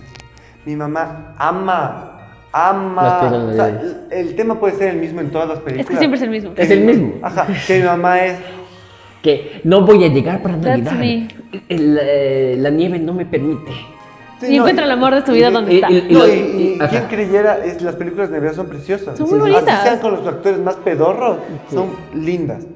Mi mamá ama, Las ama. películas o sea, navideñas. el- el tema puede ser el mismo en todas las Es películas. que siempre es el mismo. Este, Es el mismo. Ajá, que mi mamá es. Que no voy a llegar para That's Navidad. me. El, eh, la nieve no me permite. Sí, Y encuentra el amor de su vida donde está. y- No, lo- y, y ajá. quien creyera, es, las películas de Navidad son preciosas. Son muy Así bonitas. sean con los actores más pedorros, Sí. son lindas.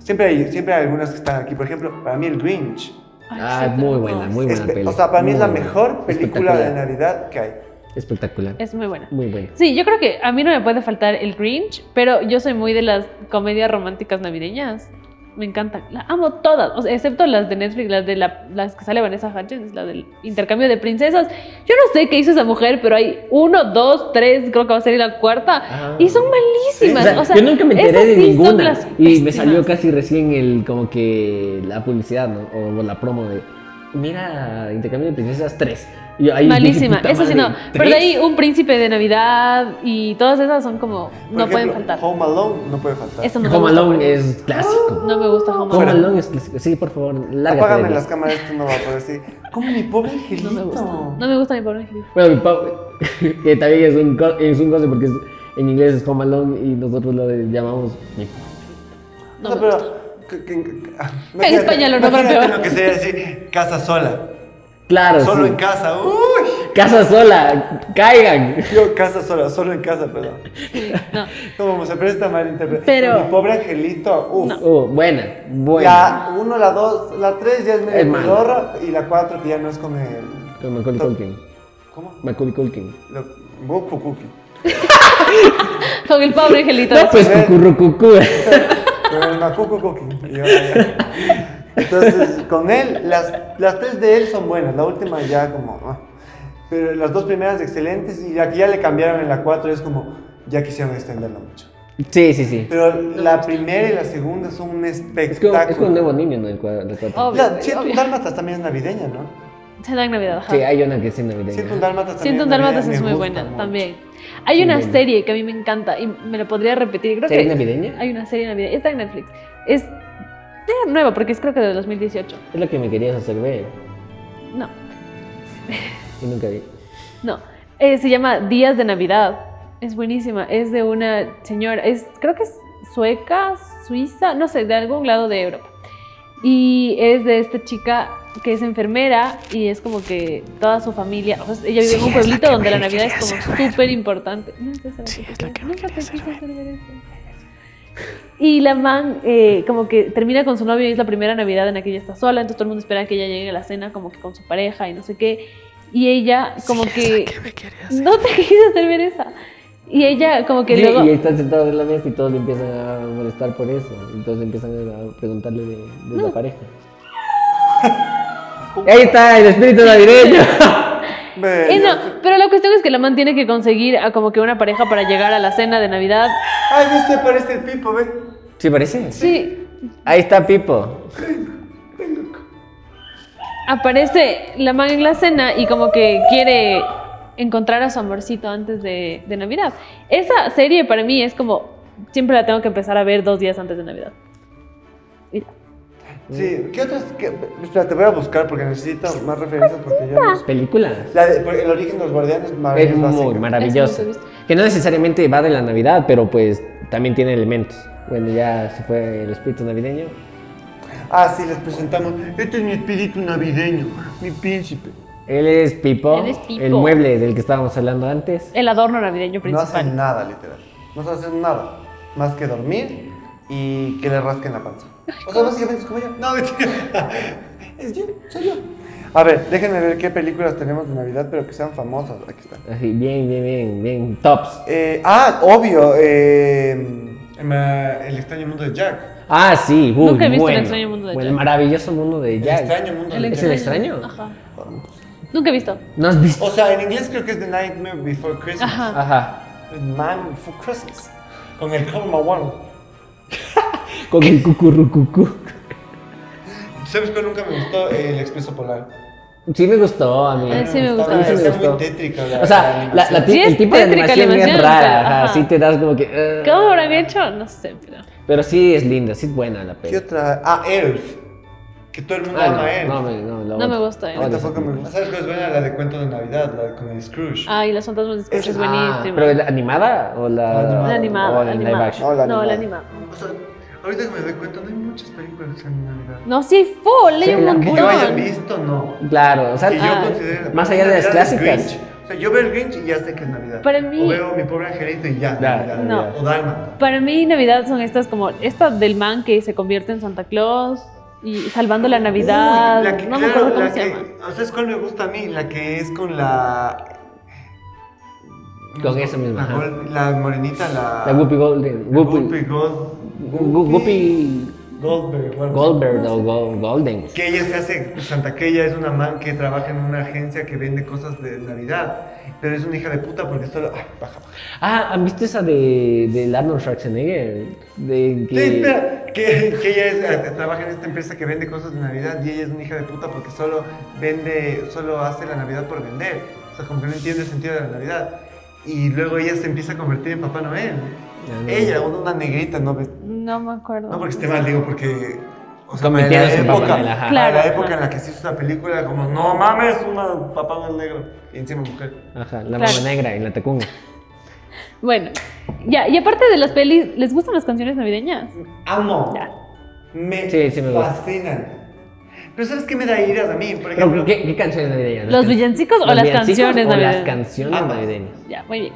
Siempre hay, siempre hay algunas que están aquí. Por ejemplo, para mí el Grinch. Ay, Ah, sí, muy no. buena, muy buena Es pe- peli. o sea, para mí es Muy la buena. mejor película de Espectacular. Navidad que hay. Espectacular. Es muy buena. Muy buena. Sí, yo creo que a mí no me puede faltar el Grinch, pero yo soy muy de las comedias románticas navideñas. Me encantan. Las amo todas, o sea, excepto las de Netflix, las de la- las que sale Vanessa Hudgens, la del intercambio de princesas. Yo no sé qué hizo esa mujer, pero hay uno, dos, tres, creo que va a salir la cuarta. Ah. Y son O malísimas. sea, o sea, yo nunca me enteré esas de sí son ninguna. las Y me salió pésimas. casi recién el como que la publicidad, ¿no? O, o la promo de mira, intercambio de princesas 3. Y yo ahí dije, Malísima, "Puta eso sí no. madre, Pero de ¿tres?". ahí un príncipe de Navidad y todas esas son como, Por no ejemplo, pueden faltar. Home Alone no puede faltar. Eso no me Home gusta. Alone es clásico. No me gusta Home Home Alone. Alone es clásico. Sí, por favor, lárgate. Apágame de mí. las cámaras, esto no va a poder decir. Como mi pobre angelito. No me gusta. No me gusta mi pobre angelito. Bueno, mi pavo, que también es un, co- es un goce porque es- en inglés es Home Alone y nosotros lo llamamos mi No O sea, me pero. gusta. que- que- que- ah, En España lo nombran imagínate peor. lo que sería decir casa sola. Claro, Solo Ah, sí. en casa. Uy. Casa sola, caigan. Yo casa sola, solo en casa, perdón. No. Como se presta mal interpretar. Pero- Mi pobre angelito, uff. Oh, buena, buena. La 1, la 2, la 3 ya es Es medio malo. pedorra y la 4 que ya no es con el. Con Macaulay Culkin. ¿Cómo? Macaulay Culkin. Lo... Goku Cookie. Con el pobre angelito. No, pues cucurrucucú. Con el Macuco Cookie. Y yo, ya. Entonces, con él, las, las tres de él son buenas. La última ya como. ah. Pero las dos primeras excelentes y la que ya le cambiaron en la 4 es como. Ya quisieron extenderla mucho. Sí, sí, sí. Pero la primera y la segunda son un Es como, espectáculo. es como un nuevo niño, ¿no? El cuadro, Obvio, La, güey, Siento obvio. Dálmatas también es navideña, ¿no? dan Navidad. ajá. Sí, hay una que es en navideña. Siento un dálmatas también. Siento un en Navidad Dálmatas me es muy gusta buena mucho. también. Hay Sí, una bueno. serie que a mí me encanta y me la podría repetir. Creo ¿Serie que navideña? Hay una serie navideña. Está en Netflix. Es eh, nueva porque es creo que de 2018. Es lo que me querías hacer ver. No, Y nunca vi. no. Eh, se llama Días de Navidad. Es buenísima. Es de una señora. Es creo que es sueca, suiza, no sé, de algún lado de Europa. Y es de esta chica que es enfermera y es como que toda su familia, o sea, ella vive en un pueblito donde la Navidad es como súper importante. No, esa es la que te- nunca pensé hacer ver eso. Y la man eh, como que termina con su novio y es la primera Navidad en la que ella está sola, entonces todo el mundo espera que ella llegue a la cena como que con su pareja y no sé qué. Y ella como que... No te quise hacer ver esa. Y ella como que y, luego... Eh, y están sentados en la mesa y todos le empiezan a molestar por eso. Y todos empiezan a preguntarle de, de la pareja. Ahí está el espíritu navideño. Ve, Eh, ya- no, pero la cuestión es que la man tiene que conseguir a como que una pareja para llegar a la cena de Navidad. Ay, ve, se parece el pipo, ve. ¿Sí parece? Sí, Ahí está Pipo. aparece la man en la cena y como que quiere encontrar a su amorcito antes de, de Navidad. Esa serie para mí es como, siempre la tengo que empezar a ver dos días antes de Navidad. Y ya. Sí, ¿qué otras? qué- Espera, te voy a buscar porque necesito más referencias porque yo no sé. Películas. La de, porque el origen de los guardianes Es básica. muy maravillosa. Eso no se viste. Que no necesariamente va de la Navidad, pero pues también tiene elementos. Bueno, ya se fue el espíritu navideño. Ah, sí, les presentamos. Este es mi espíritu navideño, mi príncipe. Él es Pipo, Él es Pipo. el mueble del que estábamos hablando antes. El adorno navideño No hacen principal. nada, literal. No se hacen nada. Más que dormir y que le rasquen la panza. O sea, básicamente es como yo. No, mentira. Es yo, soy yo. A ver, déjenme ver qué películas tenemos de Navidad, pero que sean famosas. Aquí está. Así, bien, bien, bien, bien. Tops. Eh, ah, obvio. eh, el extraño mundo de Jack. Ah, sí, uy, Nunca he visto El bueno. extraño mundo de Bueno, Jack. El maravilloso mundo de Jack. extraño mundo de ¿Es el Jack. extraño? Ajá. Nunca he visto. ¿No has visto? O sea, en inglés creo que es The Nightmare Before Christmas. Ajá. Ajá. Man Before Christmas. Con el Karma One. Con el cucurrucucú. ¿Sabes cuál nunca me gustó? El Expreso Polar. Sí me gustó a mí. Ah, sí me gustó. Estaba- Sí me estaba gustó. muy tétrica la- O sea, la, la animación. ti- Sí, es el tipo de tétrica la animación, es animación, rara. pero- Ajá. ajá. Sí te das como que... eh. ¿Cómo lo habrán hecho? No sé, pero... Pero sí es linda, sí es buena la ¿Qué peli. otra? Ah, Elf. Que todo el mundo Ah, ama a Elf. no, no, me, no, la No odio. me gusta, eh. A mí Odio tampoco esa me película. gusta. ¿Sabes cuál es buena? La de cuento de Navidad, la de con el Scrooge. Ay, las fantasmas de Scrooge Esa- es Ah, buenísima. ¿Pero la animada o la...? La La animada, o la en live animada. action? No, la No, la animada. animada. O sea, ahorita que me doy cuenta, no hay muchas películas en Navidad. No, sí, full, Sí, leí un la- Que yo haya montón. visto, no. Claro, o sea, Que yo Ah. considere- más allá de las Navidad es clásicas. Grinch. O sea, yo veo el Grinch y ya sé que es Navidad. Para mí- O veo mi pobre angelito y ya. Ya, Navidad. No. O Dalma. Para mí Navidad son estas como esta del man que se convierte en Santa Claus y salvando la Navidad. Uy, la que, no me claro, acuerdo cómo la se que- llama. o sea, es cuál me gusta a mí, la que es con la. Con esa misma, La, ajá. gol- la morenita, la. La Whoopi Golden. la Whoopi, Whoopi. Gold- Gu- Whoopi Goldberg. bueno. Goldberg o Go- Golden. Que ella se hace Santa que ella es una man que trabaja en una agencia que vende cosas de Navidad. Pero es una hija de puta porque solo. Ay, baja, baja. Ah, ¿han visto esa de, de Arnold Schwarzenegger? De que... Sí, espera, que, que ella es- eh, trabaja en esta empresa que vende cosas de Navidad y ella es una hija de puta porque solo vende, solo hace la Navidad por vender. O sea, como que no entiende el sentido de la Navidad. Y luego ella se empieza a convertir en Papá Noel. Ya, no. Ella, una, una negrita, no ves- No me acuerdo. No porque esté mal, digo, porque. O sea, para la Convirtiéndose en Papá época, Noel, ajá. para la Claro, época ajá. en la que se hizo esta película, como, no mames, una Papá Noel negro. Y encima mujer. Ajá, la Claro. mama negra en la tacunga. Bueno, ya, y aparte de las pelis, ¿les gustan las canciones navideñas? Amo. Ya. Me, Sí, sí me gusta. fascinan. Pero ¿sabes qué me da iras a mí? Por ejemplo, Pero, ¿qué, qué canciones navideñas? ¿Los villancicos o las villancicos canciones o navideñas? las canciones Ambas. navideñas. Ya, muy bien.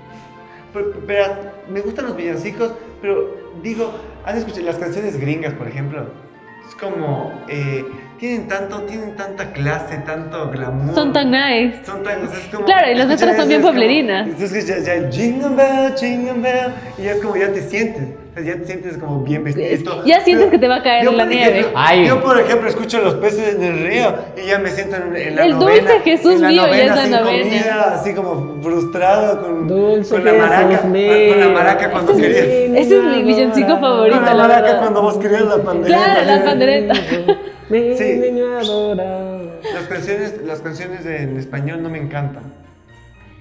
Pero- pero- Verás, me gustan los villancicos, pero digo, han escuchado las canciones gringas, por ejemplo. Es como, eh, tienen tanto, tienen tanta clase, tanto glamour. Son tan nice. Son tan, o sea, es como- Claro, y las escuchas letras son eso, bien es como- pueblerinas. Entonces ya, ya el jingle bell, jingle bell, y ya es como ya te sientes, o sea, ya te sientes como bien vestido. Ya sientes que te va a caer yo, la por nieve. ejemplo, Ay. Yo, por ejemplo, escucho los peces en el río y ya me siento en, en la El novena. dulce Jesús en la mío ya novena es la sin novena. comida, así como frustrado con, Dulce con la Jesús maraca. con- mío. Con la maraca cuando Sí. querías. Ese es mi villancico favorito, Con la la maraca verdad. cuando vos querías la pandereta. Claro, la ¿sí? pandereta. Mi Sí. niño adorado. Las canciones, las canciones en español no me encantan.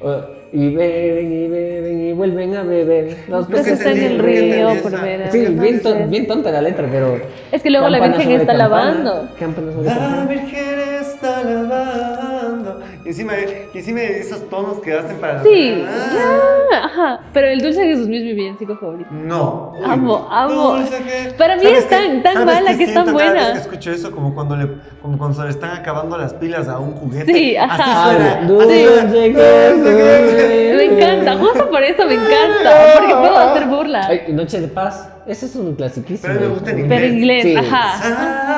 Oh, Y beben, y beben, y vuelven a beber. Los Nunca Pues peces está en entendí- el nunca entendí río esa. por ver. Sí, bien, ton- entonces. bien tonta la letra, pero. Es que luego la campana Virgen sobre está campana, lavando. campana sobre La campana. Virgen está lavando. Y encima, y encima esos tonos que hacen para. Sí, Ah, ya, ajá. Pero el Dulce Jesús mío es mi villancico favorito. No. Uy, Amo, amo. dulce que- Para mí ¿Sabes es tan- qué? tan ¿Sabes mala qué que es tan siento cada buena? vez que escucho eso como cuando le, como cuando se le están acabando las pilas a un juguete. Sí, ajá. Así suena. así Dulce suena. que Dulce Me encanta, justo por eso me encanta. Porque puedo hacer burla. Ay, Noche de Paz. Ese es un clasiquísimo. Pero me gusta en Pero en inglés, Sí. ajá.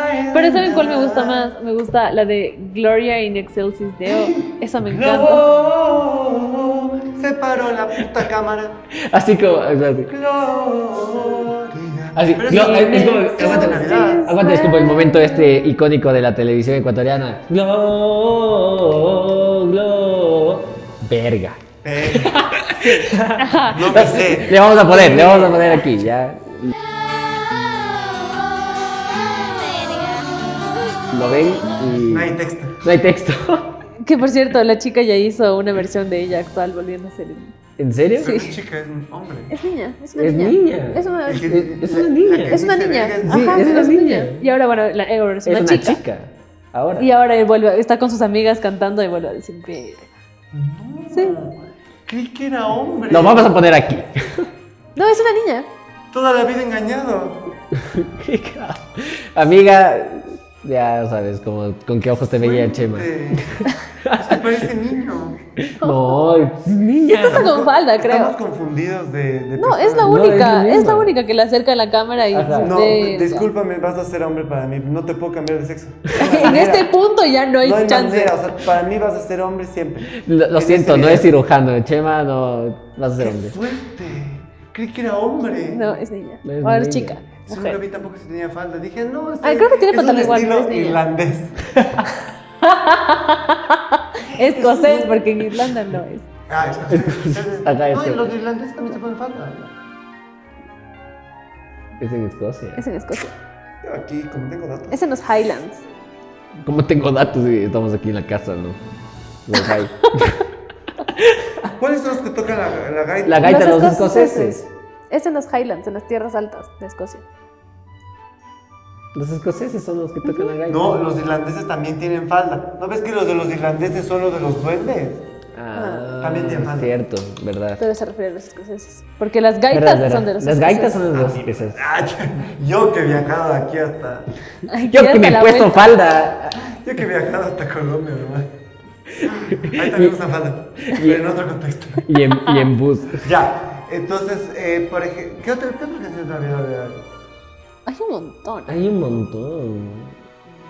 Silent Pero ¿saben cuál me gusta más? Me gusta la de Gloria in Excelsis Deo. Esa me encanta. Glow, se paró la puta cámara. Así como. Así. Gloria. Así, Pero no, eso- es como- eso es de Navidad. Aguanta, es como el momento este icónico de la televisión ecuatoriana. Glo, glo. Verga. Eh, no me sé. Le vamos a poner, le vamos a poner aquí, ya. Lo ven y. No hay texto. No hay texto. Que por cierto, la chica ya hizo una versión de ella actual volviendo a ser. ¿En serio? Pero no es chica, es un hombre. Es niña, es una Es niña. niña. Es una, El es que- es la- una niña. la que Es una dice niña. verga es- Sí, Ajá, es una niña. Y ahora, bueno, la, ahora es Es una, chica. Ahora. Y ahora él vuelve, está con sus amigas cantando y vuelve a decir que. Sí. Creí que era hombre. Lo vamos a poner aquí. No, es una niña. Toda la vida engañado. Amiga, ya sabes cómo, con qué ojos te veía Chema. Eh, Se parece niño. No, es niña. Está con falda, creo. Estamos confundidos de. de No, es la No, es única, lo es, mismo. la única que le acerca la cámara y Ajá. No, pues, de- discúlpame, vas a ser hombre para mí. No te puedo cambiar de sexo. En este punto ya no hay No hay chance. manera, o sea, para mí vas a ser hombre siempre. Lo, lo En siento, ese no video. es cirujano. Chema no vas a ser ¡Qué hombre. fuerte! Creí que era hombre. No, es niña. No es Ahora es niña. chica. Solo Mujer. vi tampoco si tenía falda. Dije, no, es, Ay, creo que tiene es un pantalón igual, estilo es niña. irlandés. Escocés, porque en Irlanda no es. Ah, es Acá No, es- y los irlandeses también se ponen falda. Es en Escocia. Es en Escocia. Yo aquí, como tengo datos. Es en los Highlands. ¿Cómo tengo datos si estamos aquí en la casa, no? Los hay. ¿Cuáles son los que tocan la, la gaita? La gaita de los escoceses. escoceses. Es en los Highlands, en las tierras altas de Escocia. Los escoceses son los que tocan la gaita. No, los irlandeses también tienen falda. ¿No ves que los de los irlandeses son los de los duendes? Ah, También tienen falda. Cierto, verdad. Pero se refiere a los escoceses. Porque las gaitas Verdad, verdad. son de los Las gaitas escoceses. son de los escoceses. Ah, yo que he viajado aquí hasta... Ay, Yo que quédate me la he puesto vuelta. falda. Yo que he viajado hasta Colombia, hermano. Ahí también usan falda, pero en otro contexto. Y en, y en bus. Ya, entonces, eh, por ejemplo, ¿qué otra, qué otra canción de Navidad de Hay un montón. Hay un montón.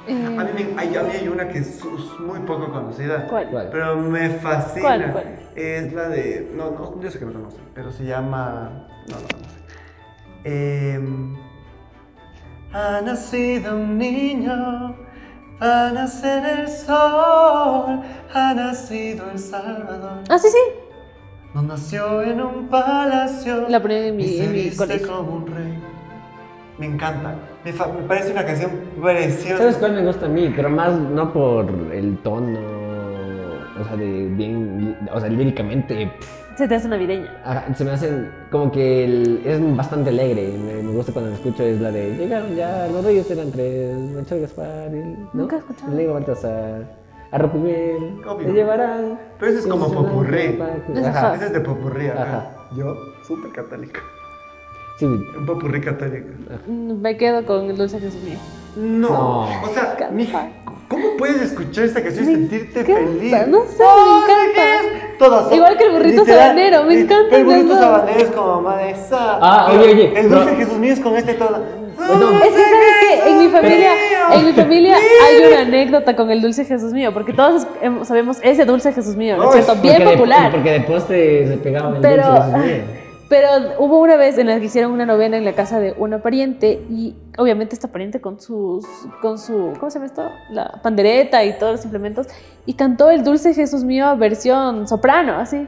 Eh, A mí, me- hay, a mí hay una que es es muy poco conocida. ¿Cuál? ¿Cuál? Pero me fascina. ¿Cuál, cuál? Es la de. No, no, yo sé que no conoce, pero se llama. No, no, no sé. Em, ha nacido un niño, va a nacer el sol, ha nacido el Salvador. Ah, sí, sí. No nació en un palacio. La ponía en mi- ni se en mi viste colegio. como un rey. Me encanta. Me, fa- me parece una canción preciosa. ¿Sabes cuál me gusta a mí? Pero más no por el tono, o sea, de bien, o sea, líricamente, pff, Se te hace navideña. ajá, se me hacen como que el- es bastante alegre. Me, me gusta cuando la escucho, es la de llegaron ya, los reyes eran tres, Melchor Gaspar, y- ¿no? Nunca he escuchado. El Negro Baltasar, Arrupimiel, Obvio. te llevarán. Pero eso es como popurrí. Ah. Ajá. Ese es de popurrí, ajá. Ajá. Yo, súper católica. Sí, Un popurrí católico. Mm, Me quedo con el dulce Jesús mío. No. No. O sea, Canta. mija, ¿cómo puedes escuchar esta canción y Me sentirte encanta, feliz? ¡Oh, no sé, me encanta. Todas son- Igual que el burrito sabanero, me li- encanta El burrito esa. sabanero es como mamá de esa. Ah, Pero oye, oye, El dulce no. Jesús mío es con este todo. Es que sabes que en mi familia, en mi familia hay una anécdota con el dulce Jesús mío, porque todos hemos- sabemos ese dulce Jesús mío, ¿no es Ay, cierto? porque Bien de- popular. porque después te se pegaban el pero, ah, dulce, Dios mío. pero hubo una vez en la que hicieron una novena en la casa de una pariente y obviamente esta pariente con sus, con su, ¿cómo se llama esto? La pandereta y todos los implementos y cantó el dulce Jesús mío versión soprano, así.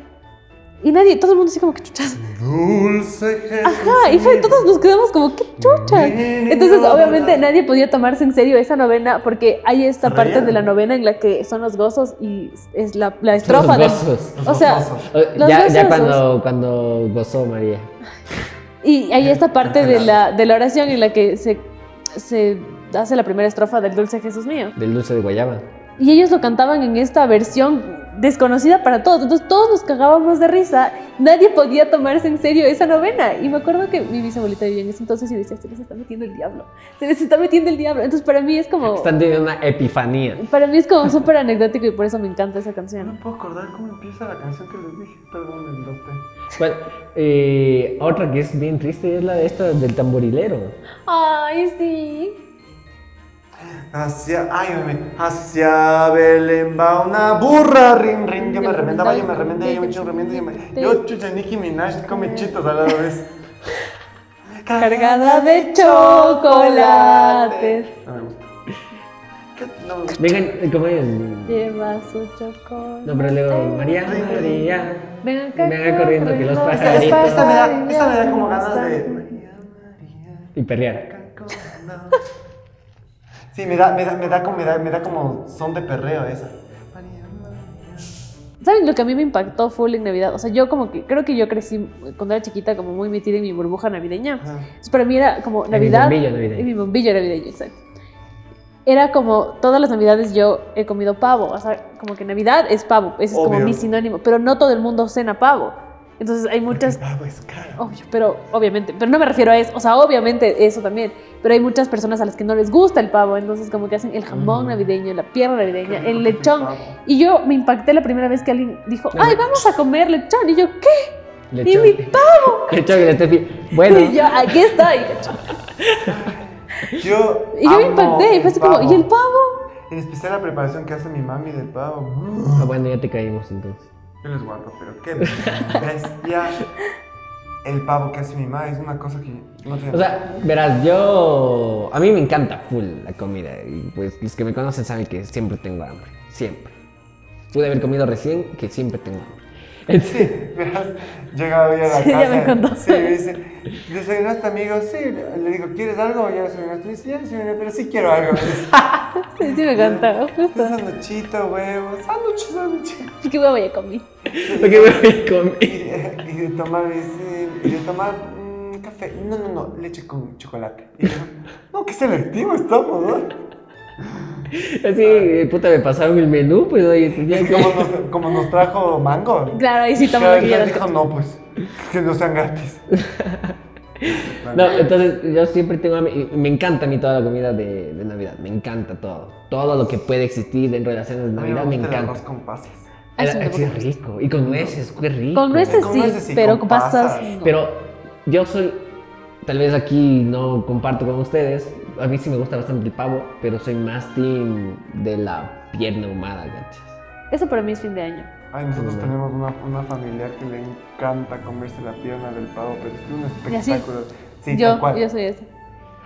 Y nadie, todo el mundo así como que chuchas. Dulce Jesús. Ajá, y fue, todos nos quedamos como que chuchas. Bien, Entonces, no, obviamente, no. nadie podía tomarse en serio esa novena porque hay esta parte Real. de la novena en la que son los gozos y es la, la estrofa. del- gozos. o sea, gozos. Eh, los Ya, ya gozos. cuando, cuando gozó María. Y hay esta parte de la, de la oración en la que se, se hace la primera estrofa del dulce Jesús mío. Del dulce de guayaba. Y ellos lo cantaban en esta versión desconocida para todos. Entonces todos nos cagábamos de risa. Nadie podía tomarse en serio esa novena. Y me acuerdo que mi bisabuelita vivía en ese entonces y decía, se les está metiendo el diablo. Se les está metiendo el diablo. Entonces para mí es como... Están teniendo una epifanía. Para mí es como súper anecdótico y por eso me encanta esa No canción. puedo acordar cómo empieza la canción que les dije. Perdón, me enloté. Bueno, eh, otra que es bien triste es la de esta del tamborilero. Ay, sí. Hacia, ay, hombre, hacia Belén va una burra, rin, rin, yo me remendaba, yo me remendé, yo me eché un remiendo, yo me... Yo, chucha, Nicki Minaj come chitos a la vez. Cargada de chocolates. No me gusta. ¿Qué? No, Vengan, eh, ¿cómo es? Lleva su chocolate. No, pero luego, María, María. Ven acá Venga corriendo que los esta, pajaritos. esta, esta me da, esta me da como ganas de... María, María. Y perrear. Sí, me da, me da, me da como, me da, me da como son de perreo esa. ¿Saben lo que a mí me impactó full en Navidad? O sea, yo como que creo que yo crecí cuando era chiquita como muy metida en mi burbuja navideña. Ajá. Entonces, para mí era como Navidad. bombillo navideño. en mi bombillo navideño, exacto. Era como todas las Navidades yo he comido pavo. O sea, como que Navidad es pavo. Ese es como Obvio. mi sinónimo. Pero no todo el mundo cena pavo. Entonces hay muchas Ah, pues caro. Obvio, pero obviamente, pero no me refiero a eso, o sea, obviamente eso también, pero hay muchas personas a las que no les gusta el pavo, entonces como que hacen el jamón navideño, la pierna navideña, rico el que es el lechón, pavo. y yo me impacté la primera vez que alguien dijo, ay, vamos a comer lechón, y yo, ¿qué? ¿Y Lechón. mi pavo? Lechón y la Steffi. Bueno, Y yo, aquí está, y, lechón. Yo, Y yo me amo impacté, y fue así como, pavo. ¿y el pavo? En especial la preparación que hace mi mami del pavo. Mm. Ah, bueno, ya te caímos entonces. Yo les guardo, pero qué bestia. El pavo que hace mi mamá es una cosa que no tiene. O sea, verás, yo. A mí me encanta full la comida. Y pues los que me conocen saben que siempre tengo hambre. Siempre. Pude haber comido recién que siempre tengo hambre. Entonces, Verás, llega hoy a la Sí, ya casa. me contó. Sí, me dice, ¿desayunaste, amigo? Sí. Le digo, ¿quieres algo? Ya desayunaste. Me dice, ya desayuné, pero sí quiero algo. Me dice, Sí, sí me encantó, justo. Un sanduchito, huevo, sándwich, sándwich. Y qué huevo ya comí. lo que me Y comí. de, y de tomar, me dice, y de tomar mm, café. No, no, no, leche con chocolate. Y yo, no, qué selectivo estamos, ¿no? Así, eh, puta, me pasaron el menú, pues oye, tenía Y que. como nos, como nos trajo mango. Claro, ahí sí toma Cada lo que quien quieras. dijo, no, pues, que no sean gratis. No, entonces yo siempre tengo hambre y me encanta a mí toda la comida de, de Navidad, me encanta todo, todo lo que puede existir dentro de las cenas de A mí Navidad me me gusta el encanta. arroz con pasas. Ah, sí, Era- me sí, gusta. rico y con nueces, qué rico. Con nueces Con sí, nueces sí, pero con con pasas. pasas. no. Pero yo soy, tal vez aquí no comparto con ustedes, a mí sí me gusta bastante el pavo, pero soy más team de la pierna ahumada, ¿cachas? Eso para mí es fin de año. Ay, nosotros tenemos una, una familiar que le encanta comerse la pierna del pavo, pero es un Y así, espectáculo. Sí, yo, tal cual. yo soy esa.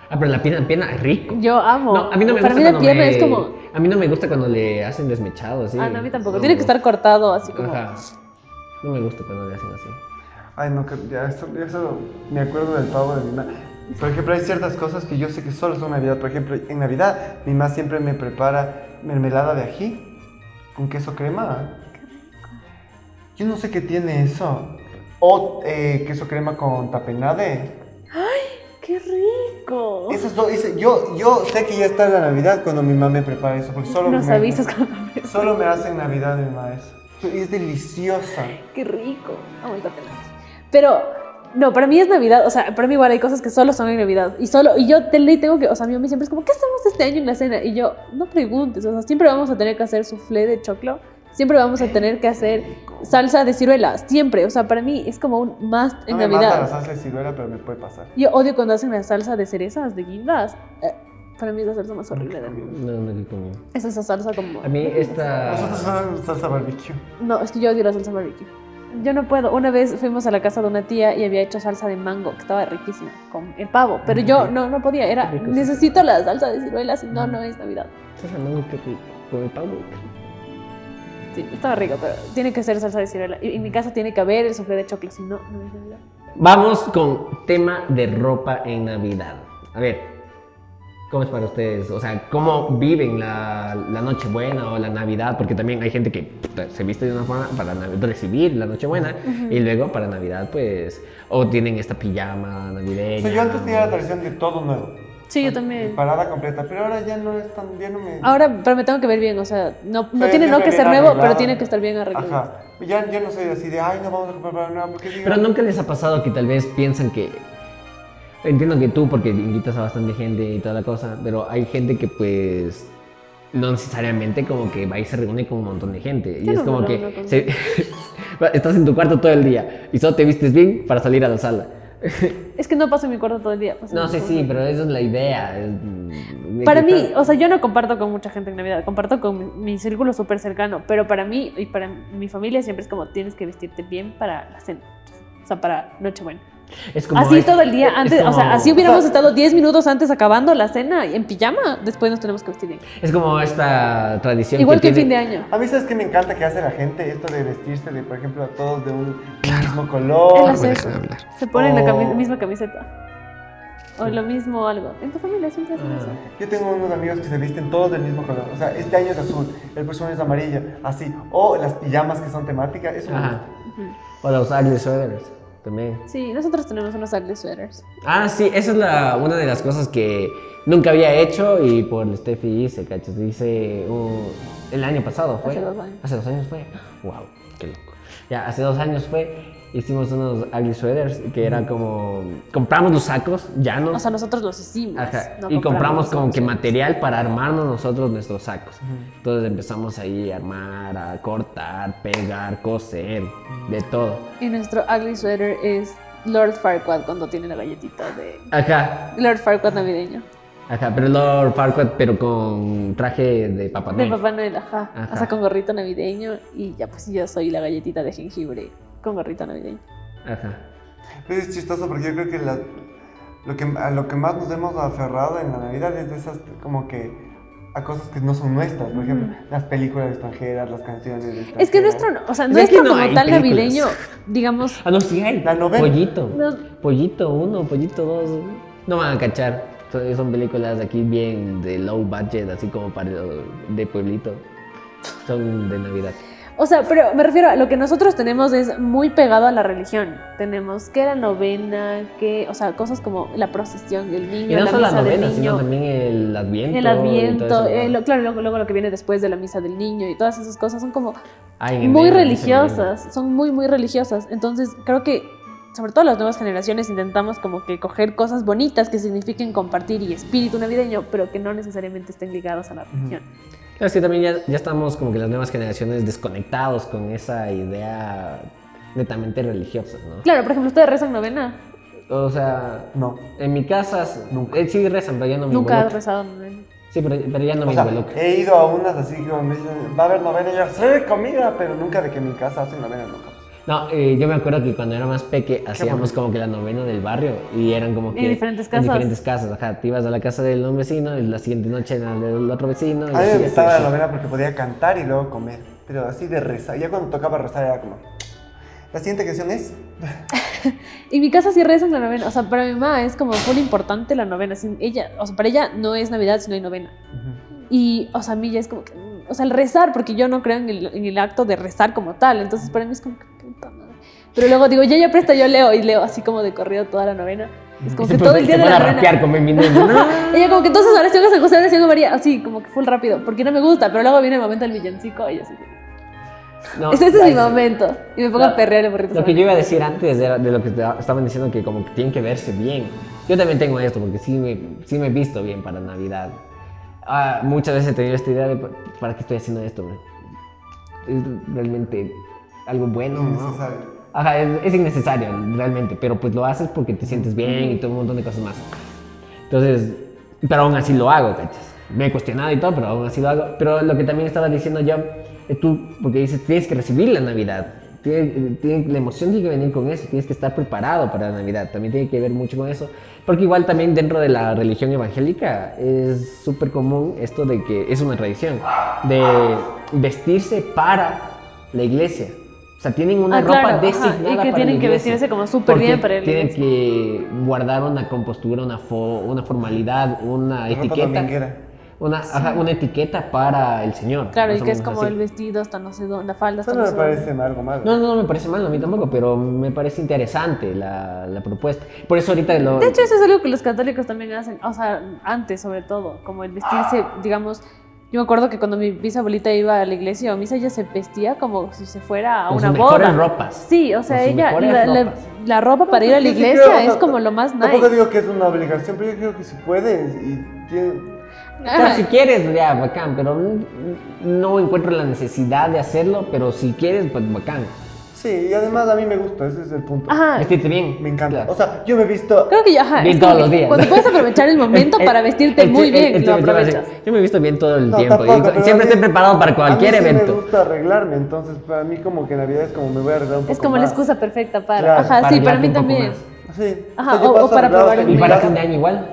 Ah, pero la pierna, pierna es rico. Yo amo. No, a mí no me para gusta mí la cuando pierna me- es como... A mí no me gusta cuando le hacen desmechado, así. Ah, no, a mí tampoco. No, Tiene que no. estar cortado así como... Ajá. No me gusta cuando le hacen así. Ay, no, que- ya eso, ya eso me acuerdo del pavo de mi mamá. Por ejemplo, hay ciertas cosas que yo sé que solo son Navidad. Por ejemplo, en Navidad mi mamá siempre me prepara mermelada de ají con queso crema. Yo no sé qué tiene eso. O eh, queso crema con tapenade. ¡Qué rico! Eso es lo- ese- yo, yo sé que ya está la Navidad cuando mi mamá me prepara eso. Porque solo Nos me, avisas cuando ves. Solo me hace en Navidad mi mamá eso. Y Es deliciosa. ¡Qué rico! Aguántate la leche. Pero... No, para mí es Navidad, o sea, para mí igual hay cosas que solo son en Navidad. Y solo, y yo te ley tengo que, o sea, mi mamá siempre es como, ¿qué hacemos este año en la cena? Y yo, no preguntes, o sea, siempre vamos a tener que hacer soufflé de choclo, siempre vamos a tener que hacer salsa de ciruelas, siempre. O sea, para mí es como un must en no me Navidad. mata la salsa de ciruela, pero me puede pasar. Yo odio cuando hacen la salsa de cerezas, de guindas. Eh, para mí es la salsa más horrible del mundo. No, no le como. Es esa salsa como... A mí Nosotros esta... hacemos salsa barbecue. No, es que yo odio la salsa barbecue. Yo no puedo. Una vez fuimos a la casa de una tía y había hecho salsa de mango, que estaba riquísima, con el pavo. Pero yo no, no podía. Era, Qué rico, sí. necesito la salsa de ciruelas y no, no es Navidad. Estás hablando que rico. Con el pavo. Sí, estaba rico, pero tiene que ser salsa de ciruela. Y en mi casa tiene que haber el soufflé de choclo, si no, no es Navidad. Vamos con tema de ropa en Navidad. A ver, ¿cómo es para ustedes? O sea, ¿cómo viven la, la Nochebuena o la Navidad? Porque también hay gente que puta, se viste de una forma para Nav- recibir la Nochebuena y luego para Navidad, pues, o tienen esta pijama navideña. O sea, yo antes tenía la tradición de todo nuevo. Sí, Ah, yo también. Parada completa, pero ahora ya no es tan, ya no me... Ahora, pero me tengo que ver bien, o sea, no, no Pero tiene no siempre que bien ser nuevo, pero arreglado. tiene que estar bien arreglado. Ajá. Ya, ya no soy así de, ay, no vamos a comprar para nada, porque digo, Pero nunca les ha pasado que tal vez piensan que. Entiendo que tú, porque invitas a bastante gente y toda la cosa, pero hay gente que, pues. No necesariamente como que va y se reúne con un montón de gente. Y Yo es no me como que. reúno con se- estás en tu cuarto todo el día y solo te vistes bien para salir a la sala. Es que no paso en mi cuarto todo el día. paso en No, mi sí, cuarto. sí, pero esa es la idea. es, mm, de Para que mí, está- o sea, yo no comparto con mucha gente en Navidad, comparto con mi, mi círculo súper cercano, pero para mí y para mi familia siempre es como tienes que vestirte bien para la cena, o sea, para Nochebuena. es como así es- todo el día es antes, o sea, como- así hubiéramos estado 10 minutos antes acabando la cena y en pijama, después nos tenemos que vestir bien. Es como esta tradición. Igual que en fin tiene- de año. A mí, ¿sabes qué me encanta que hace la gente? Esto de vestirse, de, por ejemplo, a todos de un mismo Oh, color. Es la cesta. Se ponen la cami- O- misma camiseta. O lo mismo algo. En tu familia siempre hacen eso. Ah. Yo tengo unos amigos que se visten todos del mismo color. O sea, este año es azul, el próximo año es amarilla, así. O las pijamas que son temáticas, eso me Ah, Ajá. gusta. O los ugly sweaters también. Sí, nosotros tenemos unos ugly sweaters. Ah, sí, esa es la, una de las cosas que nunca había hecho y por el Steffi hice, ¿cachas? Hice un- el año pasado, ¿fue? Hace dos años. Hace dos años fue. Wow, qué loco. Ya, hace dos años fue, hicimos unos ugly sweaters que era como, compramos los sacos llanos. O sea, nosotros los hicimos. Ajá, no y compramos como nosotros. que material para armarnos nosotros nuestros sacos. Entonces empezamos ahí a armar, a cortar, pegar, coser, de todo. Y nuestro ugly sweater es Lord Farquaad cuando tiene la galletita de Ajá, Lord Farquaad navideño. Ajá, pero Lord Farquaad, pero con traje de Papá De Noel. Papá Noel, ajá. Ajá. O sea, con gorrito navideño. Y ya pues yo soy la galletita de jengibre con gorrito navideño. Ajá. Pero Pues es chistoso porque yo creo que, la- lo que a lo que más nos hemos aferrado en la Navidad es de esas como que a cosas que no son nuestras, por ejemplo, las películas extranjeras, las canciones extranjeras. Es que nuestro, no- o sea, Es nuestro que no como hay tal películas. navideño, digamos, Ah, no, sí hay. La novela. Pollito. No. Pollito 1, Pollito 2. No van a cachar. Son, son películas aquí bien de low budget, así como para de pueblito. Son de Navidad. O sea, pero me refiero a lo que nosotros tenemos es muy pegado a la religión. Tenemos que la novena, que, o sea, cosas como la procesión del Y niño, no la solo la misa novena, del sino niño, también el Adviento. el y todo adviento, eso. eh, lo- claro, luego, luego lo que viene después de la misa del niño y todas esas cosas son como Ah, en muy enero, dicen en enero. religiosas, son muy, muy religiosas. Entonces, creo que, sobre todo las nuevas generaciones, intentamos como que coger cosas bonitas que signifiquen compartir y espíritu navideño, pero que no necesariamente estén ligados a la religión. Es que también ya, ya estamos como que las nuevas generaciones desconectados con esa idea netamente religiosa, ¿no? Claro, por ejemplo, ustedes rezan novena. O sea, No. En mi casa s- Nunca. eh, sí rezan, pero ya no me Nunca has involucro. rezado novena. Sí, pero, pero ya no me O sea, eh, involucro. he ido a unas así como me dicen, va a haber novena, y yo, sí, comida, pero nunca de que en mi casa hacen novena, nunca. No, eh, yo me acuerdo que cuando era más peque hacíamos bonito. como que la novena del barrio y eran como que... En diferentes casas. En diferentes casas, ajá. Te ibas a la casa del un vecino y la siguiente noche era la del otro vecino. y A mí así, me así, gustaba la así. novena porque podía cantar y luego comer, pero así de rezar. Ya cuando tocaba rezar era como, la siguiente canción es... En mi casa sí rezan la novena. O sea, para mi mamá es como full importante la novena. Sin ella, o sea, para ella no es Navidad, sino hay novena. Y, o sea, a mí ya es como que. mm, O sea, el rezar, porque yo no creo en el, en el acto de rezar como tal. Entonces, para mí es como que puta madre. Pero luego digo, ya, ya presta, yo leo. Y leo así como de corrido toda la novena. Es como Y se que pone- todo el día se de pone la a rapear novena. con Ah. mi niño, ¿no? Ella como que entonces ahora sí hago San José, ahora sí hago María. Así, como que full rápido. Porque no me gusta. Pero luego viene el momento del villancico y así. No, Ese, ese Este, es mi la- momento. Y me pongo la- a perrear el burrito. Lo que sabanero. yo iba a decir antes era de lo que te- estaban diciendo que como que tienen que verse bien. Yo también tengo esto porque sí me, sí me he visto bien para Navidad. Ah, muchas veces he tenido esta idea de "Pa- ¿para qué estoy haciendo esto? bro? Es realmente algo bueno. ¿no? Innecesario. Ajá, es, es innecesario realmente, pero pues lo haces porque te sientes bien y todo un montón de cosas más. Entonces, pero aún así lo hago, ¿cachas? Me he cuestionado y todo, pero aún así lo hago. Pero lo que también estaba diciendo yo, es tú, porque dices, tienes que recibir la Navidad. Tiene- tiene- la emoción tiene que venir con eso, tienes que estar preparado para la Navidad. También tiene que ver mucho con eso. Porque igual también dentro de la religión evangélica es súper común esto de que es una tradición. De vestirse para la iglesia. O sea, tienen una Ah, ropa claro, ajá, designada y que para la tienen que iglesia, vestirse como súper porque bien para la Tienen iglesia. que guardar una compostura, una, fo- una formalidad, una Ropa etiqueta. dominguera. Una, ajá, una etiqueta para el Señor. Claro, más y o que es menos como así. el vestido hasta no sé dónde, la falda hasta Eso no, no me sé dónde. parece algo malo. No, no, no me parece mal, a mí tampoco, pero me parece interesante la, la propuesta. Por eso ahorita lo... De hecho, eso es algo que los católicos también hacen, o sea, antes sobre todo, como el vestirse, digamos, yo me acuerdo que cuando mi bisabuelita iba a la iglesia o a misa, ella se vestía como si se fuera a Con una sus boda. mejores ropas. Sí, o sea, Con sus ella, mejores la, la- ropas. la ropa para ir a la Sí, sí, creo, iglesia o sea, es como lo más Tampoco nice. digo que es una obligación, pero yo creo que si puedes y tiene... Claro, Ajá. si quieres, ya, bacán, pero mm, no encuentro la necesidad de hacerlo, pero si quieres, pues bacán. Sí, y además a mí me gusta, ese es el punto. Ajá. Vestirte bien. Me encanta. Claro. O sea, yo me he visto... Creo que ya, ajá, Bien es como todos los que días. Cuando puedes aprovechar el momento El- para el- vestirte el- muy el- bien, lo el- el- eh, yo me- aprovechas. Yo me he visto bien todo el No, tiempo. y tampoco, pero siempre a mí- estoy preparado para cualquier a mí sí evento. me gusta arreglarme, entonces para mí como que Navidad es como me voy a arreglar un poco Es como la más. excusa perfecta para. Claro, ajá, para Ah, sí, para ayudarte mí un poco también. más. Sí. Ajá, yo o- paso o para arreglado probar un hasta Y mi Me encanta. para casa. fin de año igual.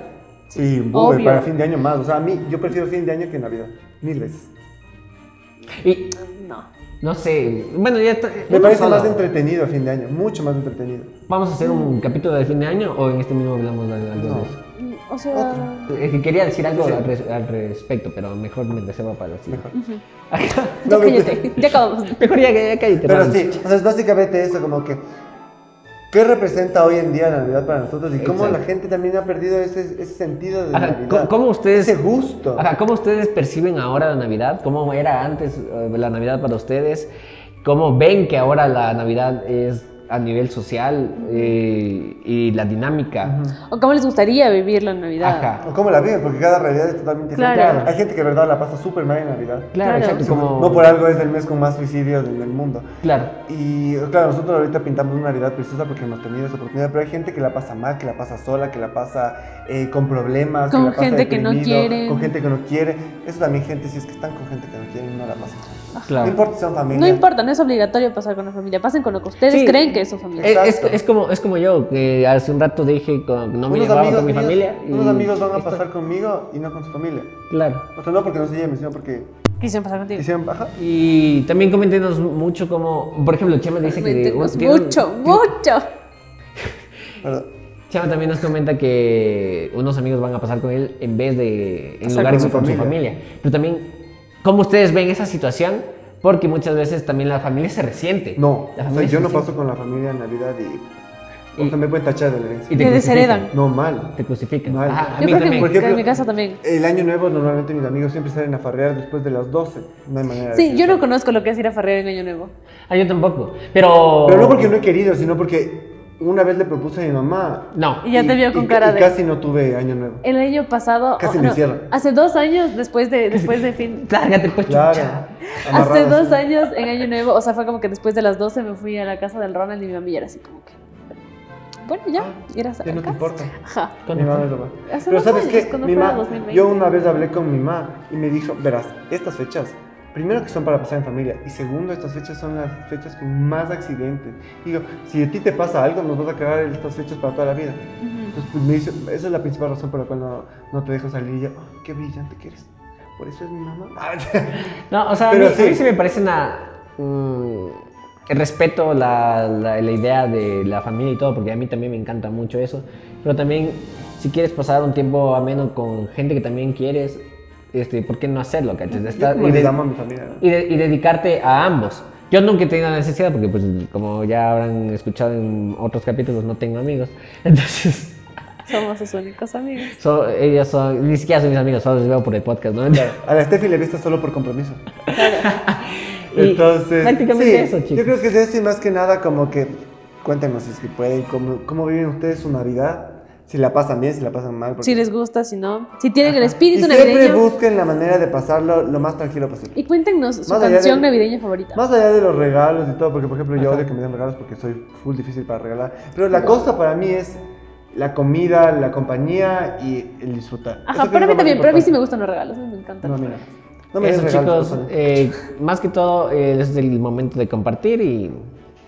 Sí, bube, Obvio. para fin de año más. O sea, a mí, yo prefiero fin de año que Navidad. Mil veces. Y No. no sé, bueno, ya está- Me uno parece solo. más entretenido fin de año, mucho más entretenido. ¿Vamos a hacer un capítulo de fin de año o en este mismo hablamos de algo No. de eso? O sea. Es que quería decir algo Sí, sí. al, res- al respecto, pero mejor me reservo para decir. Ya No, me- cállate, ya acabamos. Mejor ya, ya cállate. Pero vamos. sí, o sea, es básicamente eso, como que, ¿qué representa hoy en día la Navidad para nosotros? Y cómo Exacto. la gente también ha perdido ese, ese sentido de Ajá, Navidad. ¿cómo- cómo ustedes- Ese gusto. Ajá, ¿cómo ustedes perciben ahora la Navidad? ¿Cómo era antes eh, la Navidad para ustedes? ¿Cómo ven que ahora la Navidad es a nivel social eh, y la dinámica? O cómo les gustaría vivir la Navidad. Ajá. O cómo la viven, porque cada realidad es totalmente Claro. diferente. Hay gente que de verdad la pasa súper mal en Navidad. Claro, Claro. exacto. Como, No por algo es el mes con más suicidios en el mundo. Claro. Y claro, nosotros ahorita pintamos una Navidad preciosa porque hemos tenido esa oportunidad, pero hay gente que la pasa mal, que la pasa sola, que la pasa eh, con problemas, Con que la pasa gente que no deprimido, quieren. con gente que no quiere. Eso también gente, si es que están con gente que no quieren, no la pasan. Claro. No importa si son familia. No importa, no es obligatorio pasar con la familia. Pasen con lo que ustedes Sí. creen que es su familia. Eh, Es, es- Exacto. es como, es como yo, que hace un rato dije que no me unos llevaba amigos, con mi míos- familia. y unos amigos van a esto- pasar conmigo y no con su familia. Claro. O sea, no porque no se lleven, sino porque Quisieron pasar contigo. hicieron baja. Y también coméntenos mucho como, por ejemplo, Chema dice que... Métenos un- tiene un- pues, mucho, mucho. Perdón. Chama también nos comenta que unos amigos van a pasar con él en vez de en Pasar lugar de con con, su su familia. familia. Pero también, ¿cómo ustedes ven esa situación? Porque muchas veces también la familia se resiente. No, La o sea, familia yo se no resiente. paso con la familia en Navidad y. O Y- sea, me pueden tachar de la herencia. Y Te crucifican. desheredan. No, mal. Te crucifican. Mal. Ajá, a Yo mí creo que en, Por también. mi- ejemplo- en mi casa también. El año nuevo normalmente mis amigos siempre salen a farrear después de las 12. No hay manera. de Sí, que yo no salga. conozco lo que es ir a farrear en Año Nuevo. Ah, yo tampoco. Pero... Pero no porque no he querido, sino porque una vez le propuse a mi mamá. No. Y ya te vio con y- cara y de- casi no tuve año nuevo. El año pasado. oh, Casi me cierran. Hace dos años después de, después de fin. Lárgate, pues, Claro. chucha. Hace amarrado dos así. años en Año Nuevo, o sea, fue como que después de las 12 me fui a la casa del Ronald y mi mamá ya era así como que. Bueno, ya, irás a Ah, Ya la no te casa. importa. Ajá. Mi mamá me robó. Hace Pero dos sabes años, qué, cuando Mi fue ma- 2020. yo una vez hablé con mi mamá y me dijo, verás, estas fechas, primero que son para pasar en familia y segundo, estas fechas son las fechas con más accidentes. Digo, si a ti te pasa algo, nos vas a cagar estas fechas para toda la vida. Entonces pues, me dice, esa es la principal razón por la cual no, no te dejo salir. Y yo, "Ay, qué brillante que eres. Por eso es mi mamá. No, o sea, a mí, Pero a mí sí. sí. me parece una... mm, respeto la, la- la idea de la familia y todo, porque a mí también me encanta mucho eso. Pero también, si quieres pasar un tiempo ameno con gente que también quieres, este, ¿por qué no hacerlo? ¿cachai? De Yo estar- como y, les de- amo a mi familia. ¿no? y de- y dedicarte a ambos. Yo nunca he tenido la necesidad, porque pues, como ya habrán escuchado en otros capítulos, no tengo amigos. Entonces... Somos sus únicos amigos. So, ellos son, ni siquiera son mis amigos, solo los veo por el podcast, ¿no? A la Steffi le viste solo por compromiso. Y Entonces, prácticamente sí, eso, chicos. Yo creo que es eso y más que nada como que cuéntenos si es que pueden, cómo, cómo viven ustedes su Navidad, si la pasan bien, si la pasan mal. porque- Si les gusta, si no. Si tienen el y espíritu siempre navideño. busquen la manera de pasarlo lo más tranquilo posible. Y cuéntenos su Más allá canción de- navideña favorita. Más allá de los regalos y todo, porque por ejemplo yo odio que me den regalos porque soy full difícil para regalar, pero la cosa para mí es la comida, la compañía y el disfrutar. Ajá, para Eso creo que mí es lo más también, pero a mí sí me importante. gustan los regalos, me encantan. No, mira, no me Eso, des regalos, chicos, por favor. eh, más que todo eh, es el momento de compartir y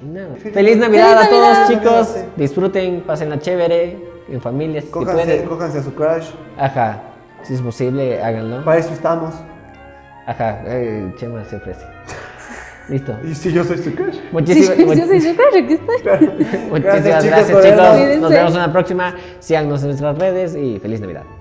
nada. Feliz Navidad a ¡Feliz todos, Navidad! chicos. Feliz Navidad, Disfruten, pásenla chévere, en familia, si cójanse, pueden. cójanse a su crush, Ajá, si es posible, háganlo. para eso estamos. Ajá, eh, Chema se ofrece. Listo. Y si yo soy su crush. Sí, Muchísimas, yo soy yo, claro, aquí estoy. muchísimas Gracias, gracias, chicos, por chicos. vernos. Nos Cuídense. vemos en la próxima. Síganos en nuestras redes y feliz Navidad.